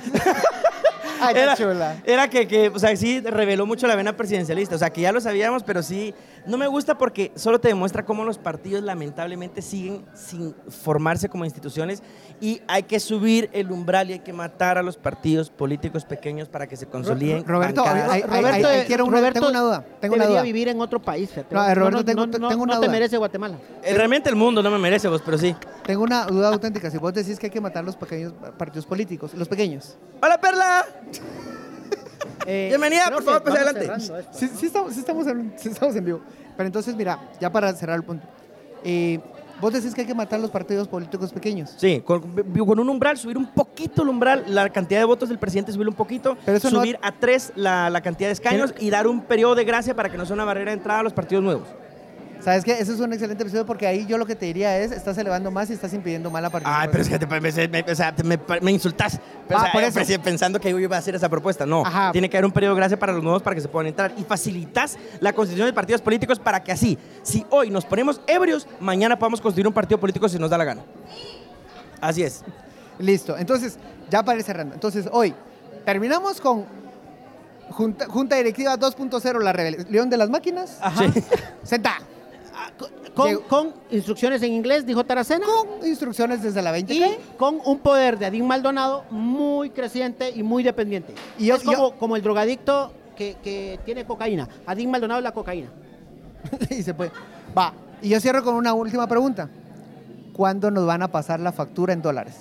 [SPEAKER 1] Ay, qué
[SPEAKER 2] era,
[SPEAKER 1] chula.
[SPEAKER 2] era que, que, o sea, sí reveló mucho la vena presidencialista. O sea, que ya lo sabíamos, pero sí. No me gusta porque solo te demuestra cómo los partidos lamentablemente siguen sin formarse como instituciones y hay que subir el umbral y hay que matar a los partidos políticos pequeños para que se consoliden.
[SPEAKER 1] Roberto,
[SPEAKER 2] bancadas.
[SPEAKER 1] ahí- ahí- ahí- ahí- ahí quiero una- tengo una duda, tengo una duda.
[SPEAKER 3] debería vivir en otro país. fíjate.
[SPEAKER 1] No, a ver, Roberto,
[SPEAKER 3] no,
[SPEAKER 1] tengo-
[SPEAKER 3] no,
[SPEAKER 1] tengo
[SPEAKER 3] no,
[SPEAKER 1] una
[SPEAKER 3] No te
[SPEAKER 1] duda.
[SPEAKER 3] merece Guatemala.
[SPEAKER 2] Eh, Realmente el mundo no me merece vos, pero sí.
[SPEAKER 1] Tengo una duda auténtica. Si vos decís que hay que matar los pequeños partidos políticos, los pequeños.
[SPEAKER 2] ¡Hola, Perla!
[SPEAKER 3] Eh,
[SPEAKER 2] Bienvenida,
[SPEAKER 3] creo
[SPEAKER 2] por
[SPEAKER 3] que
[SPEAKER 2] favor, pues,
[SPEAKER 3] vamos
[SPEAKER 2] adelante.
[SPEAKER 3] cerrando esto.
[SPEAKER 1] Sí, sí estamos, sí estamos en, sí estamos en vivo. Pero entonces, mira, ya para cerrar el punto. eh, vos decís que hay que matar los partidos políticos pequeños.
[SPEAKER 2] Sí, con, con un umbral, subir un poquito el umbral, la cantidad de votos del presidente subir un poquito,
[SPEAKER 1] Pero eso no-
[SPEAKER 2] subir a tres la, la cantidad de escaños y dar un periodo de gracia para que no sea una barrera de entrada a los partidos nuevos.
[SPEAKER 1] ¿Sabes qué? Eso es un excelente episodio porque ahí yo lo que te diría es, estás elevando más y estás impidiendo mal a partidos.
[SPEAKER 2] Ay, pero es que te- me, me- o sea, te- me- me insultas.
[SPEAKER 1] Ah,
[SPEAKER 2] o sea,
[SPEAKER 1] por
[SPEAKER 2] eh,
[SPEAKER 1] eso.
[SPEAKER 2] presi- pensando que yo iba a hacer esa propuesta. No,
[SPEAKER 1] Ajá.
[SPEAKER 2] tiene que haber un periodo de gracia para los nuevos para que se puedan entrar. Y facilitas la constitución de partidos políticos para que así, si hoy nos ponemos ebrios, mañana podamos constituir un partido político si nos da la gana. Así es.
[SPEAKER 1] Listo. Entonces, ya para ir cerrando. Entonces, hoy terminamos con Junta, junta Directiva 2.0, la rebelión de las máquinas.
[SPEAKER 2] Ajá.
[SPEAKER 1] (laughs) Senta.
[SPEAKER 3] Con,
[SPEAKER 1] Llegó-
[SPEAKER 3] con instrucciones en inglés, dijo Taracena.
[SPEAKER 1] Con instrucciones desde la 20.
[SPEAKER 3] Y con un poder de Adín Maldonado muy creciente y muy dependiente.
[SPEAKER 1] Y yo-
[SPEAKER 3] es como, como el drogadicto que, que tiene cocaína. Adín Maldonado es la cocaína.
[SPEAKER 1] (laughs) y se puede. Va. Y yo cierro con una última pregunta. cuándo nos van a pasar la factura en dólares.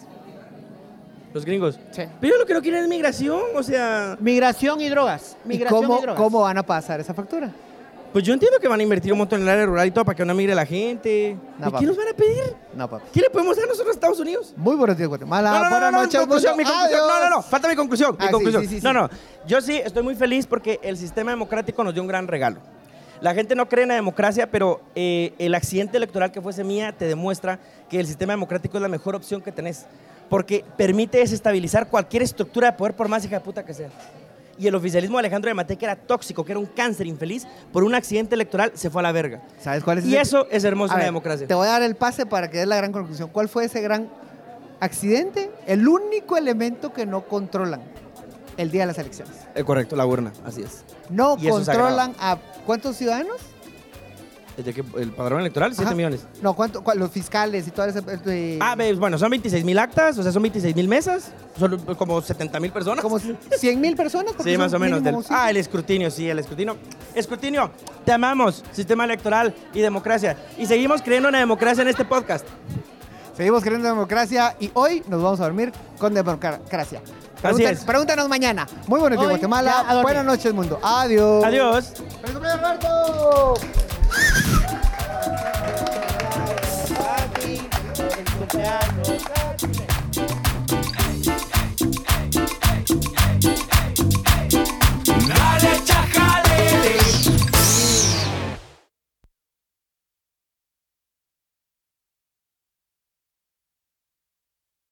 [SPEAKER 2] Los gringos.
[SPEAKER 1] Sí.
[SPEAKER 2] Pero yo lo que no quiero es migración, o sea...
[SPEAKER 3] Migración y drogas.
[SPEAKER 1] ¿Y
[SPEAKER 3] Migración y,
[SPEAKER 1] cómo,
[SPEAKER 3] drogas.
[SPEAKER 1] cómo van a pasar esa factura?
[SPEAKER 2] Pues yo entiendo que van a invertir un montón en el área rural y todo para que no migre la gente.
[SPEAKER 1] No,
[SPEAKER 2] ¿Y
[SPEAKER 1] papi.
[SPEAKER 2] qué nos van a pedir?
[SPEAKER 1] No, papi.
[SPEAKER 2] ¿Qué le podemos dar nosotros a Estados Unidos?
[SPEAKER 1] Muy buenos días, Guatemala.
[SPEAKER 2] No, no, no,
[SPEAKER 1] Buenas
[SPEAKER 2] no, no,
[SPEAKER 1] noches,
[SPEAKER 2] mi conclusión,
[SPEAKER 1] mundo.
[SPEAKER 2] mi conclusión. No, no, no,
[SPEAKER 1] Adiós.
[SPEAKER 2] falta mi conclusión, mi
[SPEAKER 1] Ah, sí,
[SPEAKER 2] conclusión.
[SPEAKER 1] sí, sí, sí.
[SPEAKER 2] No, no, yo sí estoy muy feliz porque el sistema democrático nos dio un gran regalo. La gente no cree en la democracia, pero eh, el accidente electoral que fue Semilla te demuestra que el sistema democrático es la mejor opción que tenés, porque permite desestabilizar cualquier estructura de poder, por más hija de puta que sea. Y el oficialismo de Alejandro de Matei, que era tóxico, que era un cáncer infeliz, por un accidente electoral se fue a la verga.
[SPEAKER 1] ¿Sabes cuál Pues es
[SPEAKER 2] Y
[SPEAKER 1] ese-
[SPEAKER 2] eso es hermoso
[SPEAKER 1] A
[SPEAKER 2] en la
[SPEAKER 1] ver,
[SPEAKER 2] democracia.
[SPEAKER 1] Te voy a dar el pase para que des la gran conclusión. ¿Cuál fue ese gran accidente? El único elemento que no controlan el día de las elecciones.
[SPEAKER 2] Eh, correcto, la urna, así es.
[SPEAKER 1] No
[SPEAKER 2] Y eso es sagrado.
[SPEAKER 1] controlan a cuántos ciudadanos?
[SPEAKER 2] Desde que el padrón electoral, 7
[SPEAKER 1] Ajá.
[SPEAKER 2] millones.
[SPEAKER 1] No, ¿cuánto, cua- los fiscales y todo ese eh,
[SPEAKER 2] Ah, ve, bueno, son 26 mil actas, o sea, son 26 mil mesas, son como 70 mil
[SPEAKER 1] (laughs)
[SPEAKER 2] personas.
[SPEAKER 1] como 100 mil personas. porque
[SPEAKER 2] sí,
[SPEAKER 1] son
[SPEAKER 2] más o menos.
[SPEAKER 1] mínimo
[SPEAKER 2] del-
[SPEAKER 1] cinco.
[SPEAKER 2] ah, el escrutinio, sí, el escrutinio. Escrutinio, te amamos, sistema electoral y democracia. Y seguimos creyendo en la democracia en este podcast.
[SPEAKER 1] Seguimos creyendo en democracia y hoy nos vamos a dormir con democracia. Pregunta-
[SPEAKER 2] es.
[SPEAKER 1] Pregúntanos mañana. Muy buenos días,
[SPEAKER 3] Hoy ya a
[SPEAKER 1] Guatemala.
[SPEAKER 3] dormir.
[SPEAKER 1] Buenas noches, mundo. Adiós.
[SPEAKER 2] Adiós.
[SPEAKER 1] ¡Feliz cumpleaños, Roberto!
[SPEAKER 3] Papi, el cumpleaños.